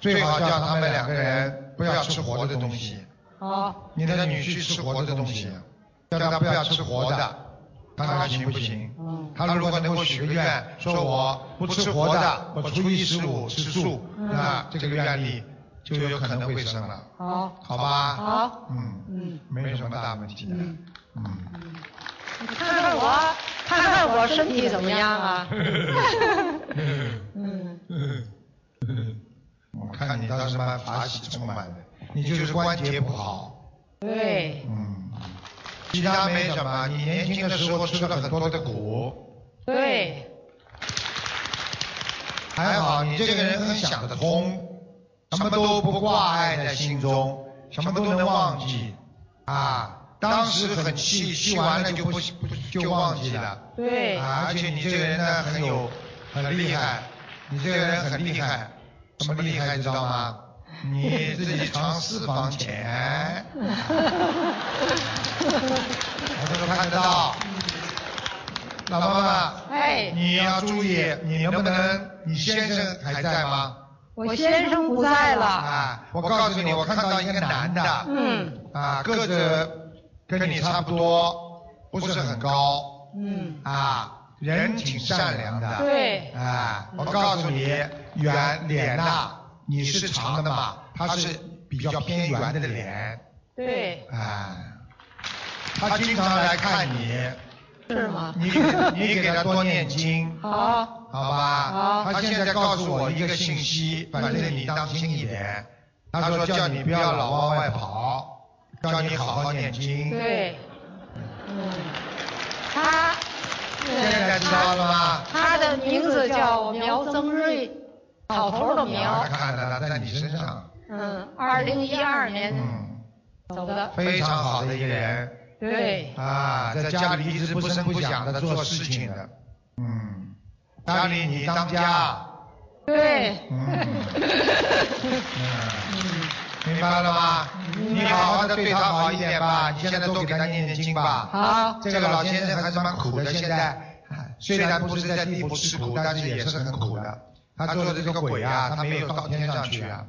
最好叫他们两个人不要吃活的东西，
啊，
你的女婿吃活的东西，叫他不要吃活的，看看行不行？
嗯
他如果能够许个愿，说我不吃活的，我初一十五吃素，那这个愿力就有可能会生了，
好，
好吧？
好，
嗯，
嗯，
没什么大问题的，嗯，
你看看我，看看我身体怎么样啊？嗯，
我看你倒是蛮法喜充满的，你就是关节不好，
对，
嗯，其他没什么，你年轻的时候吃了很多的苦，
对，
还好你这个人很想得通，什么都不挂碍在心中，什么都能忘记，啊，当时很气，气完了就不不就忘记了。
对，
啊而且你这个人呢很有很厉害，你这个人很厉害，什么厉害知道吗？你自己藏私房 钱，我都能看得到。老妈妈，
哎，
你要注意，你能不能？你先生还在吗？
我先生不在了，
啊，我告诉你，我看到一个男的，
嗯
啊，个子跟你差不多，不是很高，
嗯，
啊，人挺善良的，
对，
啊，我告诉你，圆脸呐、你是长的嘛，他是比较偏圆的脸，
对，
啊，他经常来看你，
是吗？
你 给你给他多念经，
好，
好吧？
好
他现在告诉我一个信息，反正你当心一点。他说叫你不要老往外跑，叫你好好念经。
对，嗯，他，
现在知道了吗？
他的名字叫苗增瑞，草头的苗
我，看到他在你身上，
嗯，二零一二年
嗯，
走的，
非常好的一个人。
对，
啊，在家里一直不声不响的做事情的，嗯，家里你当家，
对，
嗯，嗯，明白了吗？你好好的对他好一点吧，你现在多给他念念经吧。
好，
这个老先生还是蛮苦的，现在哎虽然不是在地府吃苦，但是也是很苦的。他做的这个鬼啊，他没有到天上去啊，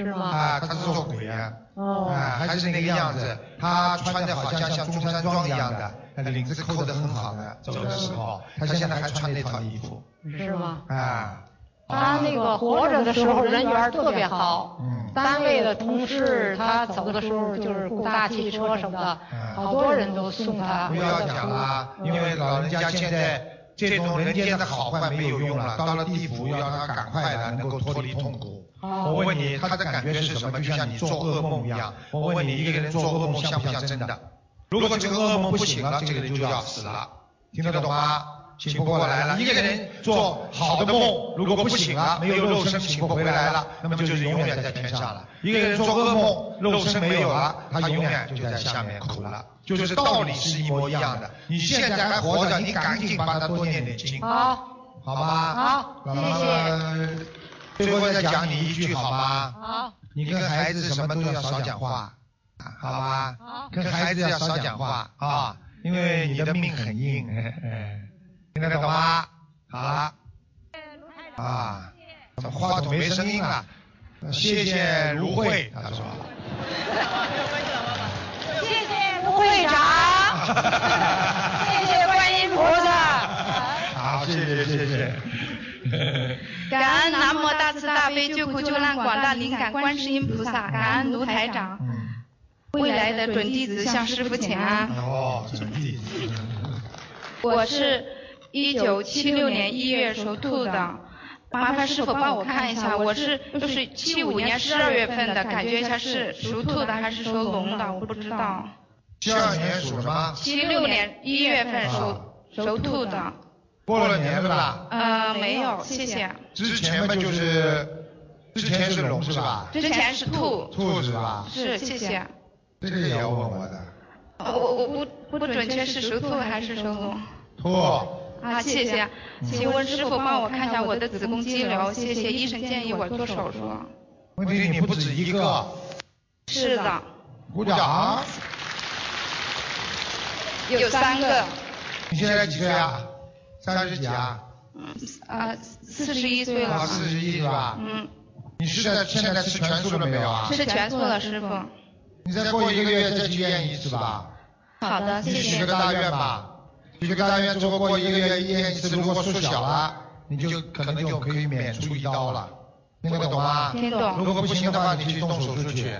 是吗？
啊，他是做鬼啊。
哦，
啊，还是那个样子，他穿的好像像中山装一样的，领子扣得很好的，走的时候，他现在还穿那套衣服，
是吗？
啊，
他那个活着的时候人缘特别好，
嗯，
单位的同事他走的时候就是雇大汽车什么的，
嗯，
好多人都送他
不
回
要
家
讲
哭。
了，因为老人家现在这种人间的好坏没有用了，到了地府要他赶快的能够脱离痛苦。我问你，他的感觉是什么？就像你做噩梦一样。我问你，一个人做噩梦像不像真的？如果这个噩梦不醒了，这个人就要死了，听得懂吗？醒不过来了。一个人做好的梦，如果不醒了，没有肉身醒不回来了，那么就是永远在天上了。一个人做噩梦，肉身没有了，他永远就在下面苦了。就是道理是一模一样的。你现在还活着，你赶紧帮他多念点经，
好，
好吧？
好
老
谢谢
妈妈，最后再讲你一句好吗？
好，
你跟孩子什么都要少讲话，啊好吧？
好，
跟孩子要少讲话啊，因为你的命很硬， 听得懂吗？好了，啊，怎么话筒没声音了？谢谢卢慧，他说。
谢谢卢会长，谢 谢观音菩 萨。
好，谢谢谢谢。
感恩南无大慈大悲救苦救难广大灵感观世音菩萨，感恩卢台长，
嗯，
未来的准弟子向师傅请安。
哦，准弟，嗯
我是一九七六年一月属兔的，麻烦师傅帮我看一下，我是就是七五年十二月份的，感觉一下是属兔的还是属龙的，我不知道。
第二年属什么？
七六年一月份属啊属兔的，
啊过了年了吧？
呃，没有，谢谢。
之前嘛就是，之前是龙是吧？
之前是兔，
兔子吧？
是谢谢。
这个也要问我的。
我我我不不准确是属兔还是属龙？
兔，
啊，谢谢。请问师傅帮我看一下我的子宫肌瘤，谢谢医生建议我做手术。
问题你不止一个，
是的，
鼓掌。
有三个，
你现在几岁啊？三十几啊？
呃，四十一岁
啊，
了。
四十一是吧？
嗯，
你是在现在吃全素了没有啊？
吃全素了，师傅。
你再过一个月再去验一次吧。
好的，谢
你许
谢
个。大愿吧，许个大愿之后过一个月验一次，如果缩小了，你就可能就可以免除一刀了，听得懂吗？
听
如
懂。
果不行的话，你去动手术去，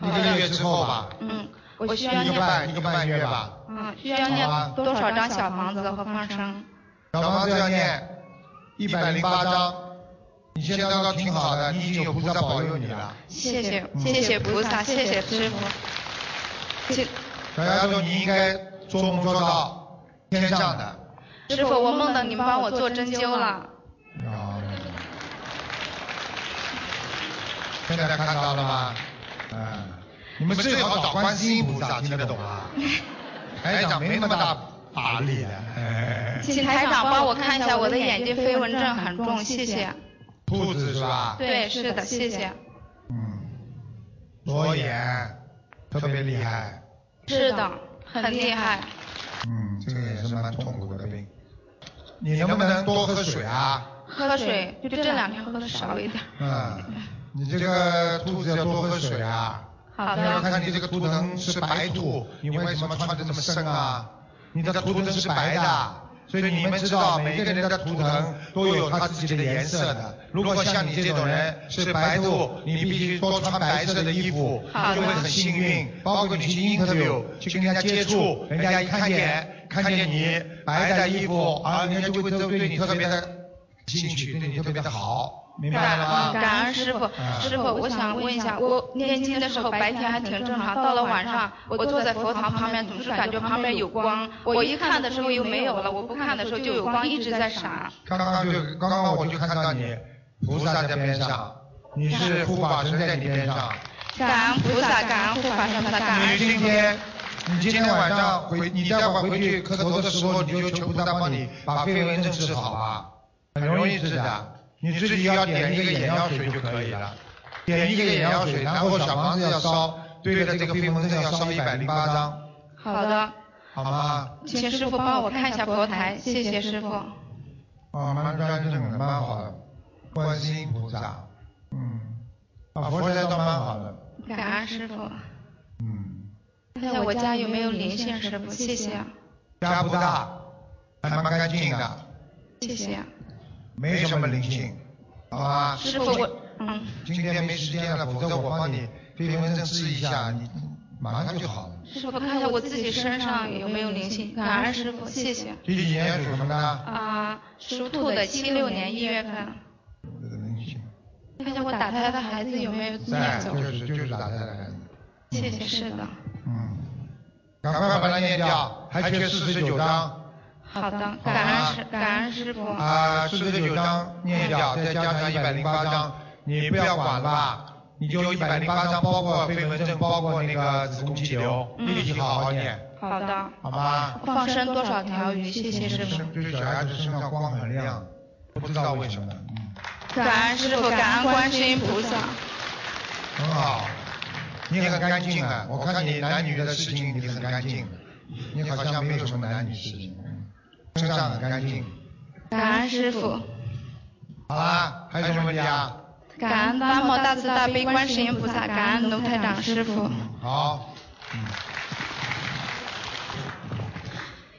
一个月之后吧，
嗯，我需要
一个
念，
半一个半月吧，
嗯，需要念多少张小房子和放生？
小房子要念一百零八章。你现在倒挺好的，你已经有菩萨保佑你了。
谢谢，谢谢菩萨，谢谢师傅。请
小丫头，你应该做梦做到天上的。
师傅，我梦到您帮我做针灸了。
啊，现在看到了吗？嗯，你们最好找观世音菩萨，听得懂吗？台长没那么大把力的。哎
请台长帮我看一下我的眼睛飞蚊症很重，谢谢。
兔子是吧？
对，是的，谢谢。
嗯，裸眼特别厉害。
是的，很厉害。
嗯，这个也是蛮痛苦的病。你能不能多喝水啊？
喝水，就这两天喝的少一点。
嗯，你这个兔子要多喝水啊。
好
那要
的，
看你这个图腾是白兔，你为什么穿的这么深啊？你的图腾是白的，啊所以你们知道每个人的图腾都有他自己的颜色的。如果像你这种人是白兔，你必须多穿白色的衣服，
好
就
的
会很幸运。包括你去 interview 去跟人家接触，人家一看见看见你白的衣服，啊，人家就会都对你特别的兴趣，对你特别的好，明白了吗？
感恩师傅。师傅，我想问一下，我念经的时候白天还挺正常，到了晚上，我坐在佛堂旁边，总是感觉旁边有光，我一看的时候又没有了，我不看的时候就有光一直在闪。
刚刚就刚刚我就看到你菩萨在边上，你是护法神在你边上。
感恩菩萨，感恩护法神菩萨，感
你
恩
今
师
天，你今天晚上回，你待会儿回去磕头的时候，你就求菩萨帮你把飞蚊症治好吧，很容易治的。你自己要点一个眼药水就可以了，点一个眼药水，然后小房子要烧，对着这个飞蚊症要烧一百零八张，
傅。好的，
好吗？
请师傅帮我看一下佛台，谢谢师傅。
啊，蛮干净的，蛮好的，观世音菩萨，嗯，啊，佛台倒蛮好的，
感恩师傅。
嗯，
看一下我家有没有灵性，师傅，谢谢，
家不大，还蛮干净的，
谢谢。
没什么灵性，好吧？
师傅，我嗯，
今天没时间了，否则我帮你飞蚊症治一下，你马上就好了。
师傅看一下我自己身上有没有灵性，感恩师傅，谢谢。
几几年属什么的？
啊，属兔的，七六年一月份。
这个灵性
看一下我打胎的孩子有没有
在
念，走
就，是就是打胎的孩子，
谢谢，是的。
嗯嗯，赶快把它念掉，还缺四十九张，
好的，感恩师，感恩师傅。
啊，四十九章念掉，再加上一百零八章，你不要管了，你就一百零八章，包括飞蚊症，包括那个子宫肌瘤，一起好好念，
好的。
好吗？
放生多少条鱼？谢谢师傅。
对小孩子身上光很亮，不知道为什么，嗯，
感恩师傅，感恩观世音菩萨。
很好，你很干净啊，我看你男女的事情你很干净，你好像没有什么男女事情，嗯身上很干净。
感恩师傅，
好啦，还有什么问题啊？
感恩南无大慈大悲观世音菩萨，感恩龙台长师傅。
好，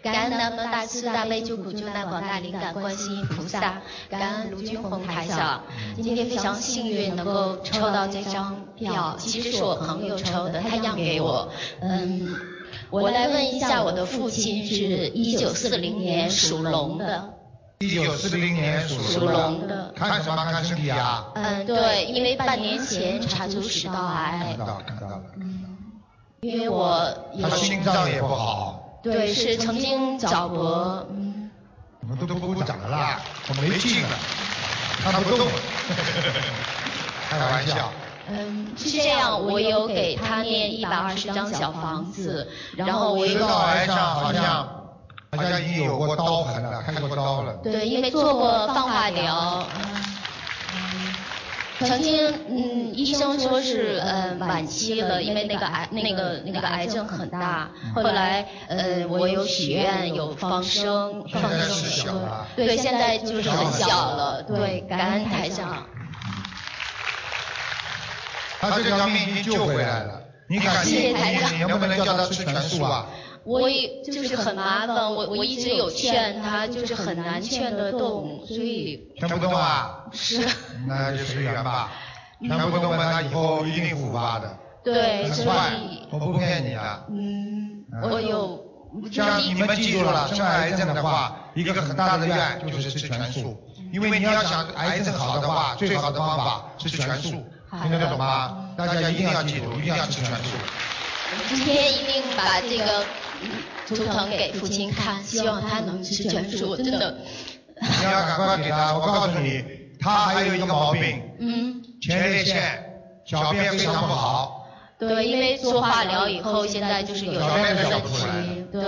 感恩南无大慈大悲救苦救难广大灵感观世音菩萨，感恩卢军红台长。今天非常幸运能够抽到这张票，其实是我朋友抽的，他让给我。嗯，我来问一下，我的父亲是一九四零年属龙的。
一九四零年属
属龙的
看什么看身体啊？
嗯，对，因为半年前查出食道癌
哎看，到了看到了，嗯
因为我有
他心脏也不好，
对是曾经找过，嗯，
你们都都鼓掌了啦，我没劲了，看不动了，开玩笑。
嗯，是这样，我有给他念一百二十张小房子，然后我
食
有
道癌上好像好像已经有过刀痕了，开过刀了。
对，因为做过放化疗，嗯曾经嗯，医生说是呃晚期了，因为那个癌那个那个癌症很大。后来呃，我有许愿，有放生，
现
放
在
生
是小了
对，现在就是很小了，对，感恩台上。
他这条命已经救回来了。你感
谢谢台
你
长
你能不能叫他吃全素啊？
我也就是很麻烦，我我一直有劝他，就是很难劝得动，所以
全不动啊？
是，嗯
那就随缘吧。全不动吧，他以后一定复发的，
对，
很
所
快
以，
我不骗你啊的。
嗯，我有。
像你们记住了，生癌症的话，一个很大的愿就是吃全素，因为你要想癌症好的话，最好的方法是全素，听得懂吗？
嗯
大家一定要记住，一定要吃全素。
今天一定把这个嗯图腾给父亲看，希望他能吃全素，真的。
你要赶快给他，我告诉你，他还有一个毛病，
嗯，
前列腺小便非常不好。
对，因为做化疗以后，现在就是有这样的问题，对，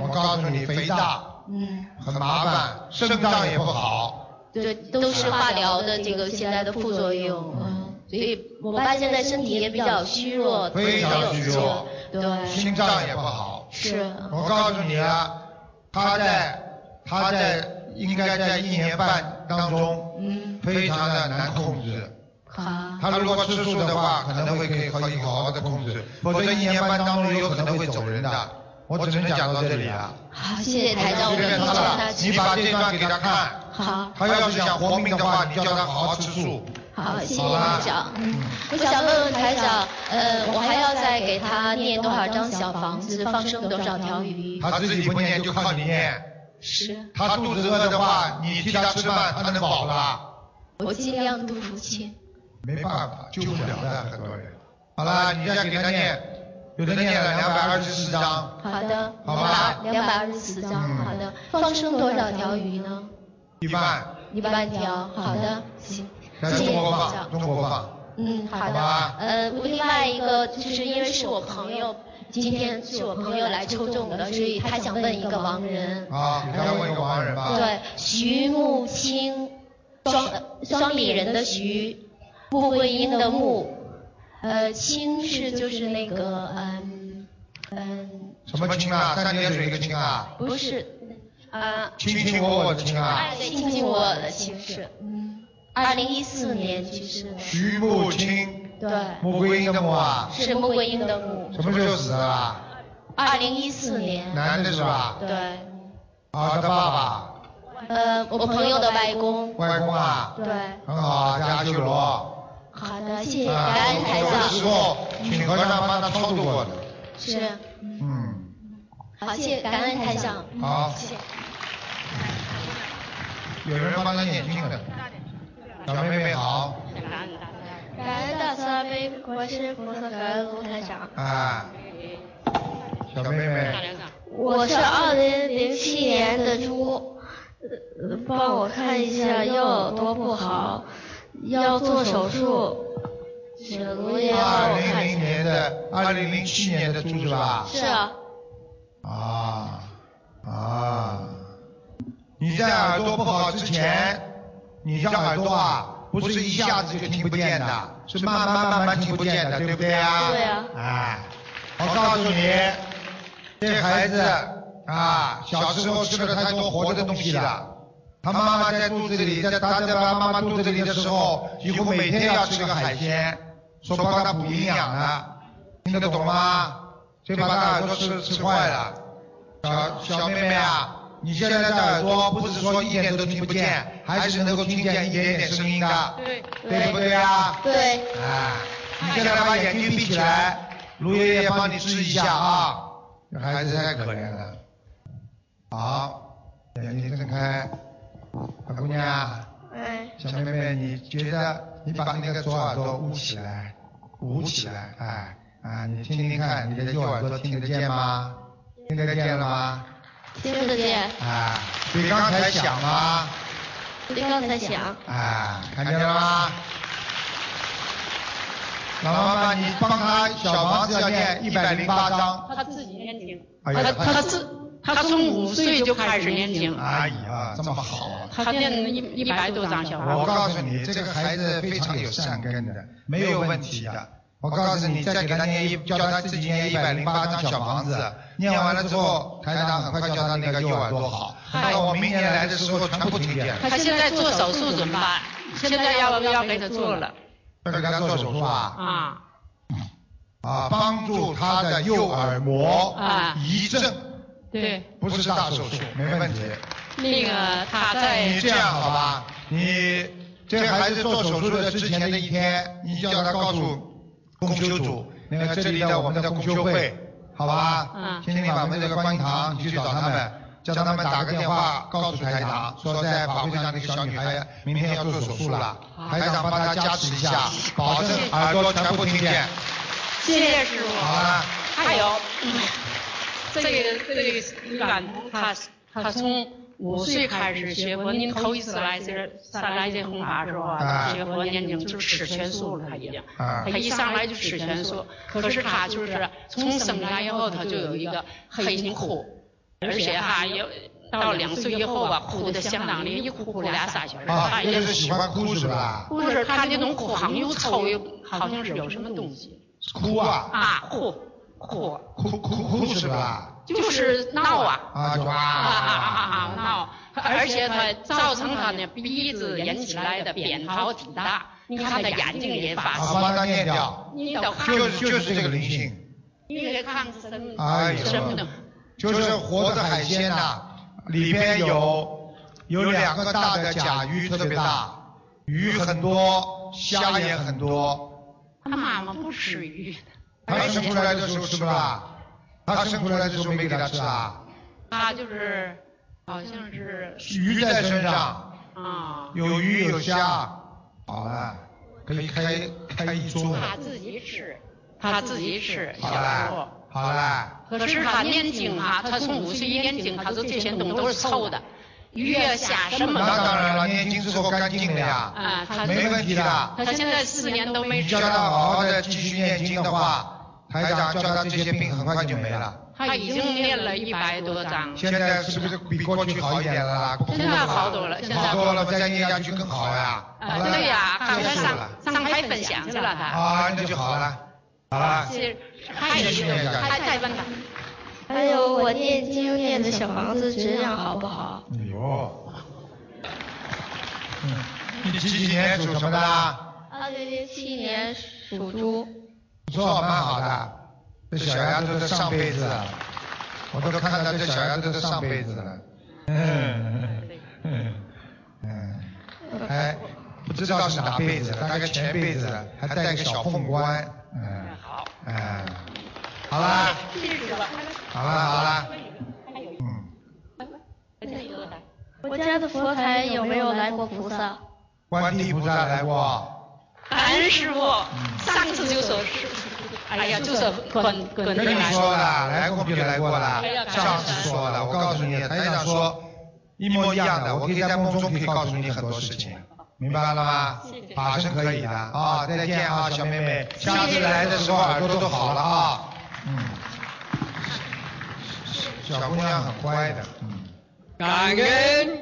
我告诉你，肥大
嗯，
很麻烦，肾脏也不好。
对，都是化疗的这个现在的副作用，嗯，所以我爸现在身体也比较虚弱，
非常
没有
虚弱
劲对，
心脏也不好。
是，
我告诉你啊，他在他在应该在一年半当中
嗯，
非常的难控制。
好，
他如果吃素的话，可能会可以可以好好的控制，否则一年半当中有可能会走人的。我只能讲到这里啊了。
好，谢谢台长，我
随
们
便
听
他了
他，
你
吃，
把这段给他看。
好，
他要是想活命的话，你叫他好好吃素。
好，谢谢
好吧
台长。嗯，我想问问台长，呃，我还要再给他念多少张小房子，放生多少条鱼？
他自己不念就靠你念。
是，
他肚子饿的话，你替他吃饭，他能饱了。
我尽量度父亲。
没办法，救不了的很多人。好了，你再给他念，有的念了两百二十四章，
好的，
好吧
两百二十四张，
嗯
好的。放生多少条鱼呢？
一万，
一万条，好的，行。
在
谢
中
谢
国
台
放，
长。
中国放。
嗯，好的
吧。
呃，另外一个就是因为是我朋友，今天是我朋友来抽中的，所以他想问一个亡人。
啊，给他问一个亡人吧。
对，徐木清，双呃双立人的徐，穆桂英的穆，呃，清是就是那个嗯嗯，
什么亲啊？三点水一个亲啊？
不是，啊，
卿卿我我的亲啊？
爱亲近我的亲是，嗯，二零一四年去世的，
徐慕清，
对，
穆桂英的穆啊？
是穆桂英的穆，
什么时候死的啊？
二零一四年，
男的是吧？
对，
啊，他爸爸，
呃，我朋友的外公，
外公啊，
对，
很好啊，在阿修罗。
好的，谢谢
啊
感恩台
有的时
长，
候请和尚帮他操作过的。
是，
嗯，
好，谢谢感恩台长，嗯
好，
谢谢。
有人帮他念经的。小妹妹好，
感恩大慈大悲观世音菩萨，感恩卢台长。
啊，小妹妹，
我是二零零七年的帮我看一下腰有多不好，要做手术，什么也帮
二
我看
零零
一下。
年的，二零零七年的猪是吧？
是啊，
啊啊！你在耳朵不好之前，你的耳朵啊，不是一下子就听不见的，是慢慢慢慢听不见的，对不对啊？
对啊
啊，我告诉你，这孩子啊，小时候吃了太多活的东西了。他妈妈在肚子里，在他在他妈妈肚子里的时候，以后每天要吃个海鲜，说帮他补营养呢，听得懂吗？这把大耳朵吃吃坏了。小小妹妹啊，你现在的耳朵不是说一点都听不见，还是能够听见一点点声音的，
对，
对不对啊？
对，
啊，你现在把眼睛闭起来，卢爷爷帮你治一下啊。这孩子太可怜了。好，眼睛睁开，小姑娘，啊
哎，
小妹妹，你觉得你把那个左耳朵捂起来，捂起来，哎，啊，你听听看，你的右耳朵听得见吗？听得见了吗？
听得见，
啊，比刚才响吗？
比刚才响。
啊，看见了吗？老妈妈，你帮他小房子要念一百零八章。
他自己年轻，
哎
他
呀，
他自他从五岁就开始年轻，
哎呀，这么好啊！
他现在一一百多张小
我
孩，
告诉你，这个孩子非常有善根的，没有问题的。我告诉你，再给他念一，叫他自己念一百零八张小房子，念完了之后，台长很快叫他那个右耳朵好。那我明年来的时候全部听见了。
他现在做手术怎么办？现在要要给他做了
要给他做手术啊？
啊
啊，帮助他的右耳膜
啊，
移正，
对，
不是大手术，没问题。
那个他
你
在
这样好吧？你这孩子做手术的之前的一天，你叫他告诉供修组，那个这里的我们的供修会，好吧？
嗯
天天把门这个观音堂，你去找他们，叫他们打个电话告诉台长，说在法会上那个小女孩明天要做手术了，台长帮她加持一下，保证耳朵全部听见，
谢谢师傅。
好吧？
还有，嗯这个这个女感同他他从五岁开始学佛，您头一次来这儿上来这红塔的时候
啊
啊，学佛念经就吃全素了，他已经，
啊
他一上来就吃全素，可是他就是从生来以后他就有一个黑心哭，而且哈有。到两岁以后啊，哭的相当厉害，一哭哭俩仨小时。
啊，
他
那
也
就是喜欢哭是吧？
不是他那种哭，好像又臭又，好像是有什么东西
哭啊，
啊，哭哭。
哭哭哭是吧？
就是闹啊
啊，就
啊啊啊
啊
啊闹，而且他造成他那鼻子引起来的扁桃体大，你看他眼睛也发
啊，
烧，
帮他念掉，
你得看
就，是就是这个灵性。
你得看是什么
哎呦
什么的，
就是活的海鲜呐、里边有有两个大的甲鱼，特别大，鱼很多，虾也很多。
他妈妈不吃鱼的，
它生出来的时候吃不啦？它生出来的时候没给它吃啊？
他就是好像是
鱼在身上，
啊，
有鱼有虾。好了，可以开开一桌了。
他自己吃，他自己吃小
好
时候
了。，好了，
可是他念经啊，他从五岁一念经，他说这些东西都是臭的，鱼啊虾什么
那
的。
当然了，念经之后干净了呀，
啊，他
没问题的。
他现在四年都没
你
吃
叫，他好好的继续念经的话，台长叫他这些病很快就没了。
他已经念了一百多章，
现在是不是比过去好一点了啦？
现在好多了，现在
好多了，再念下去更好呀。
啊
好了
对呀，刚才
结束了
上上台分享去了他，
啊，那就好了，好了，
是还有一个，
哎
还再问他，
还有我念经念的小房子质量好不好？
哎呦，嗯你几几年属什么的？
二零零七年属猪，
不错，蛮好的。这小丫头的上辈子啊，我都看到这小丫头的上辈子了。嗯嗯嗯，还不知道是哪辈子，大概前辈子，还带个小凤冠。嗯，
好，
哎，好啦，好啦好啦，嗯，
我家的佛台有没有来过菩萨？
观地菩萨来过，
感恩师傅，上次就说师傅，哎呀，就说滚滚
跟你
来，
说了，来过不就来过了
哎呀，感恩
上次说了，我告诉你，台长说，一模一样的，我可以在梦中可以告诉你很多事情，明白了吗？法身可以的啊、再见啊，小妹妹，下次来的时候耳朵都好了啊。嗯，小姑娘很乖的，嗯。
感恩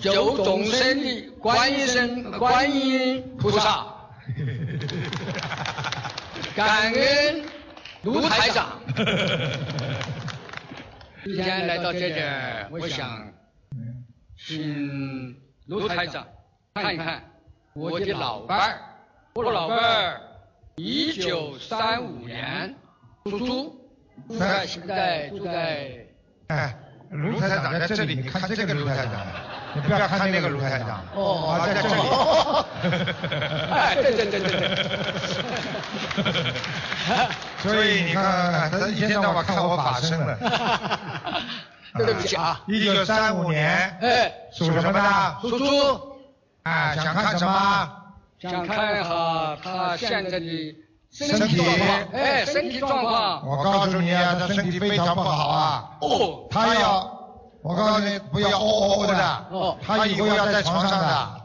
九种身的观音身观音菩萨，
嗯
感恩卢台 长。今天来到这里，我想，嗯，卢台长，看一看我的老伴儿，我老伴儿一九三五年属猪，
嗯
住在哎现在住在
哎，卢台长在这里，你看这个卢台长，你不要看那个卢台长，
哦
啊，在这 里。
哎，对对对对对。
所以你看，他一天到晚看我法身了。啊
对不起啊，
一九三五年
哎，
属什么的？
叔叔，
啊，想看什么？
想看一下他现在的
身体
状况，哎，身体状况，
我告诉你啊，他身体非常不好啊。
哦，
他要，我告诉你，不要哦哦哦的，
哦，
他以后要在床上的，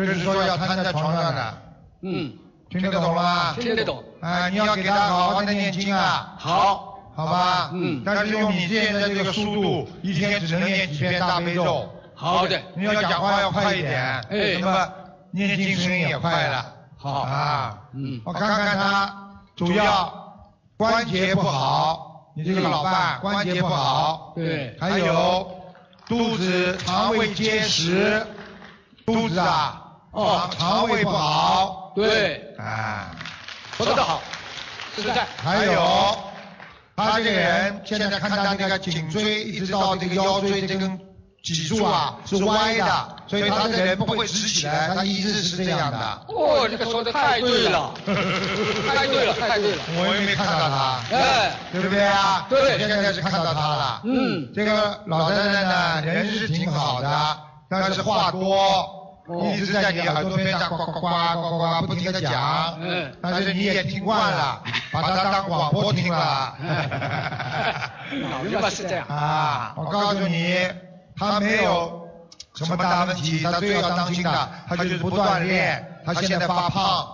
就是说要瘫在床上的，
嗯，
听得懂了吗？
听得懂，
啊，你要给他好好的念经啊，
好，
好吧？
嗯
但是用你现在这个速度，一天只能念几遍大悲咒。
好的，
你要讲话要快一点，
哎
那么念经声音也快了。
好
啊，
嗯
我看看他，主要关节不好，你这个老伴关节不好，
对，
嗯还有肚子肠胃结石，肚子啊，
哦
肠胃不好，
对，
啊，
说得好，实在，
还有他这个人现在看他这个颈椎一直到这个腰椎这根脊柱啊是歪的，所以他这个人不会直起来，他一直是这样的。
哦，这个说的 太对了，太对了，太对了，
我也没看到他，
哎，
对不对啊？
对
现在是看到他了。
嗯，
这个老太太呢，人是挺好的，但是话多，
哦
一直在你耳朵边上呱呱呱呱呱呱不停的讲，
嗯
但是你也听惯了，把它当广播听了。
老人哎嘛是这样，
啊，我告诉你，他没有什么大问题，他最要当心的，他就是不锻炼，他现在发胖，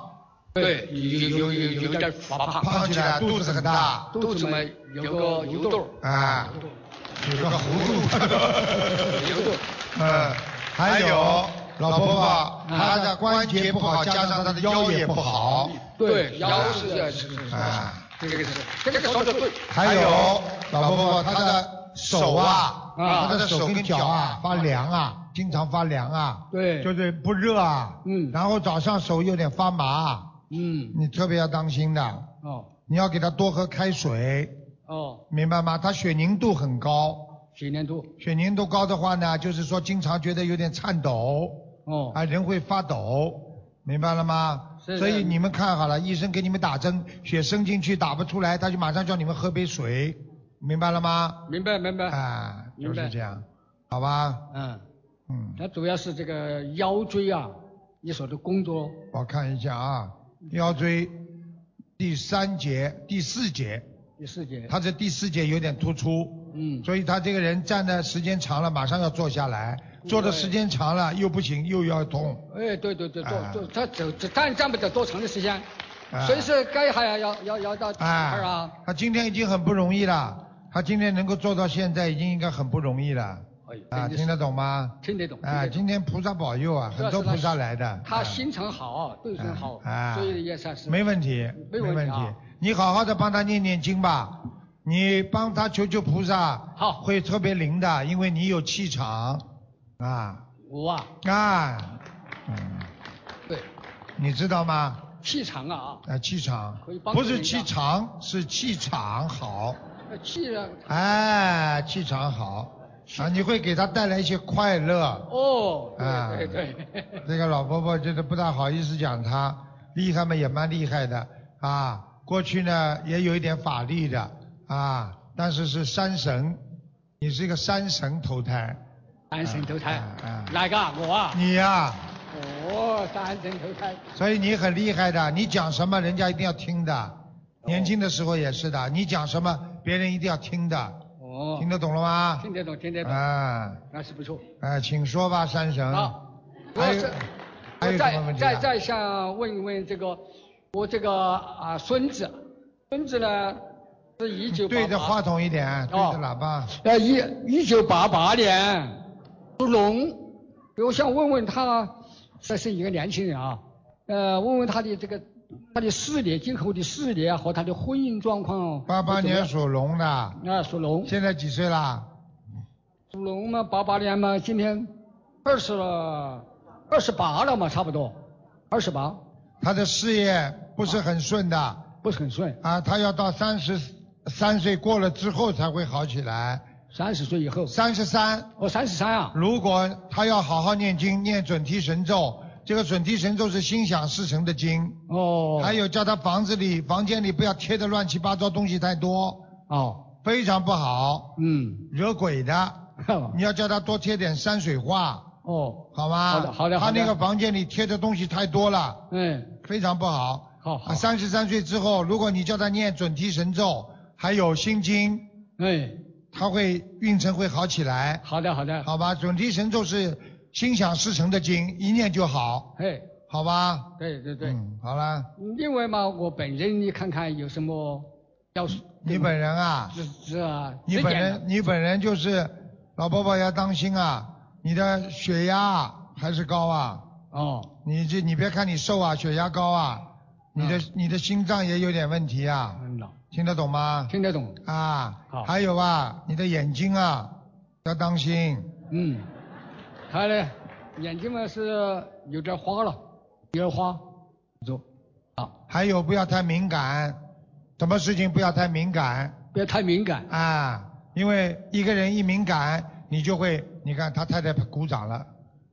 对，有有有有点发胖，
胖起来肚子很大，
肚子嘛有个油痘，
啊，有个葫芦。
油痘，
呃，还有老婆婆，她的关节不好，加上她的腰也不好，
对，腰是这是是
啊，
这个是这个说的对，
还有老婆婆她的手啊，
啊
她的手跟脚啊发凉啊，经常发凉啊，
对
就是不热啊，
嗯
然后早上手有点发麻，啊
嗯，
你特别要当心的，
哦
你要给她多喝开水，
哦，
明白吗？她血凝度很高，
水年度，
血凝度高的话呢，就是说经常觉得有点颤抖。
哦，
啊，人会发抖，明白了吗？
是的
所以你们看好了，医生给你们打针，血伸进去打不出来，他就马上叫你们喝杯水，明白了吗？
明白明白，
啊，就
明白
是这样，好吧？
嗯，
嗯，
它主要是这个腰椎啊，你说的工作，
我看一下啊，腰椎第三节、第四节，
第四节，
他这第四节有点突出，
嗯，
所以他这个人站的时间长了，马上要坐下来，坐的时间长了又不行，又要痛。
哎，对对对，
啊
坐坐，他走只站站不了多长的时间
啊，
所以说该还要要要要到哪儿啊？
他今天已经很不容易了，他今天能够做到现在，已经应该很不容易了。
哎呦
啊，
真的是
听得懂吗？
听得懂，
啊，
听
今
得
天
懂
菩萨保佑啊，
主
很
要是
多菩萨
他
来的。
他
啊
心肠好，对人好
啊，
所以也算是
没问题，
没问题
问题
啊。
你好好的帮他念念经吧，你帮他求求菩萨，
好
会特别灵的，因为你有气场，啊
我啊，
啊，嗯，
对，
你知道吗？
气场啊
啊，气场
可以帮
不
助
是
人
气
家
场，是气场好。
啊，气啊，
哎，气场好啊，你会给他带来一些快乐。
哦，
啊
对对对，
这个老婆婆真的不大好意思讲她厉害嘛，也蛮厉害的啊。过去呢也有一点法力的啊，但是是山神，你是一个山神投胎，
单身投胎
啊啊，
哪个啊我啊？
你呀、
哦，单身投胎，
所以你很厉害的，你讲什么人家
哦
一定要听的。年轻的时候也是的，你讲什么别人一定要听的。
哦，
听得懂了吗？
听得懂，听得懂，
啊，
那是不错。
哎，请说吧，山神。
好，我
还有
是
还有
我
什么问
再
题啊
再再想问一问这个我这个啊孙子，孙子呢是一九
对着话筒一点，对着
哦
喇叭。
呃一一九八八年属龙，我想问问他，这是一个年轻人啊，呃，问问他的这个他的事业，今后的事业啊和他的婚姻状况。
八八年属龙的，
啊，属龙，
现在几岁啦？
属龙嘛，八八年嘛，今天二十了，二十八了嘛，差不多，二十八
他的事业不是很顺的
不是很顺，
啊，他要到三十三岁过了之后才会好起来。
三十岁以后，
三十三，
我三十三啊，
如果他要好好念经，念准提神咒，这个准提神咒是心想事成的经。
哦，
还有叫他房子里、房间里不要贴的乱七八糟东西太多，
哦，
非常不好，
嗯，
惹鬼 的。你要叫他多贴点山水画，
哦，
好吗？
好的好的
他
好的
那个房间里贴的东西太多了，
嗯，
非常不好。啊
好好，
三十三岁之后，如果你叫他念准提神咒，还有心经，
哎，
他会运程会好起来，
好的好的，
好吧？准提神咒是心想事成的经，一念就好，
哎，
好吧？
对对对，
嗯，好了。
另外嘛，我本人你看看有什么要是
你本人啊，
是是啊，
你
指
本
点的
人，你本人就是老婆婆要当心啊，你的血压还是高啊，
哦，
你这你别看你瘦啊，血压高啊，你的、你的心脏也有点问题啊，
嗯了
听得懂吗？
听得懂，
啊
好，
还有啊，你的眼睛啊要当心，
嗯，他呢眼睛嘛是有点花了，有点花，走，啊，
还有不要太敏感，什么事情不要太敏感
不要太敏感，
啊，因为一个人一敏感，你就会，你看他太太鼓掌了，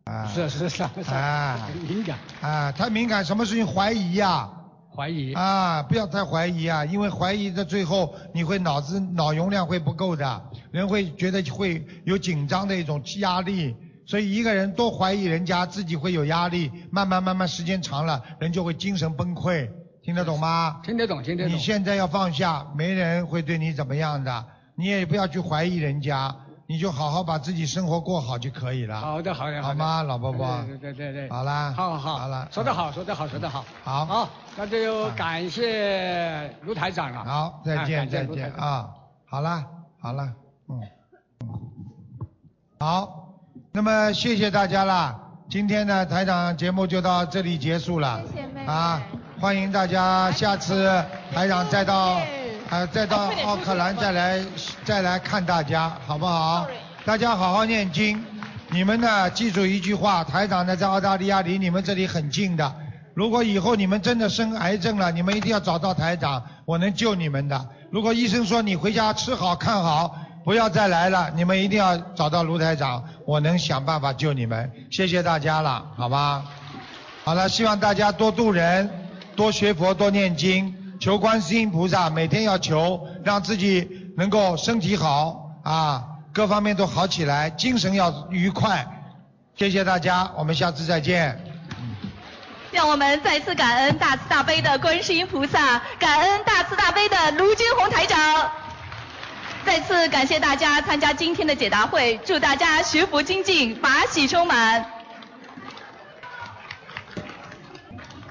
啊，
是是是是，
啊
敏感
啊，太敏感，什么事情怀疑呀、
怀疑，
啊，不要太怀疑啊，因为怀疑的最后你会脑子脑容量会不够的，人会觉得会有紧张的一种压力，所以一个人多怀疑人家，自己会有压力，慢慢慢慢时间长了，人就会精神崩溃，听得懂吗？
听得懂听得
你
懂，
现在要放下，没人会对你怎么样的，你也不要去怀疑人家，你就好好把自己生活过好就可以了，
好的好的
好
的
吗，老婆婆？
对对对对，
好啦，
好好
好了，
说得好说得好说得好，
好啊
好，那就感谢卢台长了，
好，再
啊
见，
感谢
再
卢
见
台长
啊！好啦，好啦，嗯，嗯好，那么谢谢大家啦。今天呢，台长节目就到这里结束了。
谢谢妹妹
啊，欢迎大家下次台长再到呃再到奥克兰再来再来看大家，好不好？大家好好念经。你们呢，记住一句话，台长呢在澳大利亚离你们这里很近的。如果以后你们真的生癌症了，你们一定要找到台长，我能救你们的。如果医生说你回家吃好看好，不要再来了，你们一定要找到卢台长，我能想办法救你们。谢谢大家了，好吧？好了，希望大家多度人，多学佛，多念经，求观世音菩萨，每天要求，让自己能够身体好啊，各方面都好起来，精神要愉快。谢谢大家，我们下次再见。
让我们再次感恩大慈大悲的观世音菩萨，感恩大慈大悲的卢军红台长。再次感谢大家参加今天的解答会，祝大家学佛精进，法喜充满。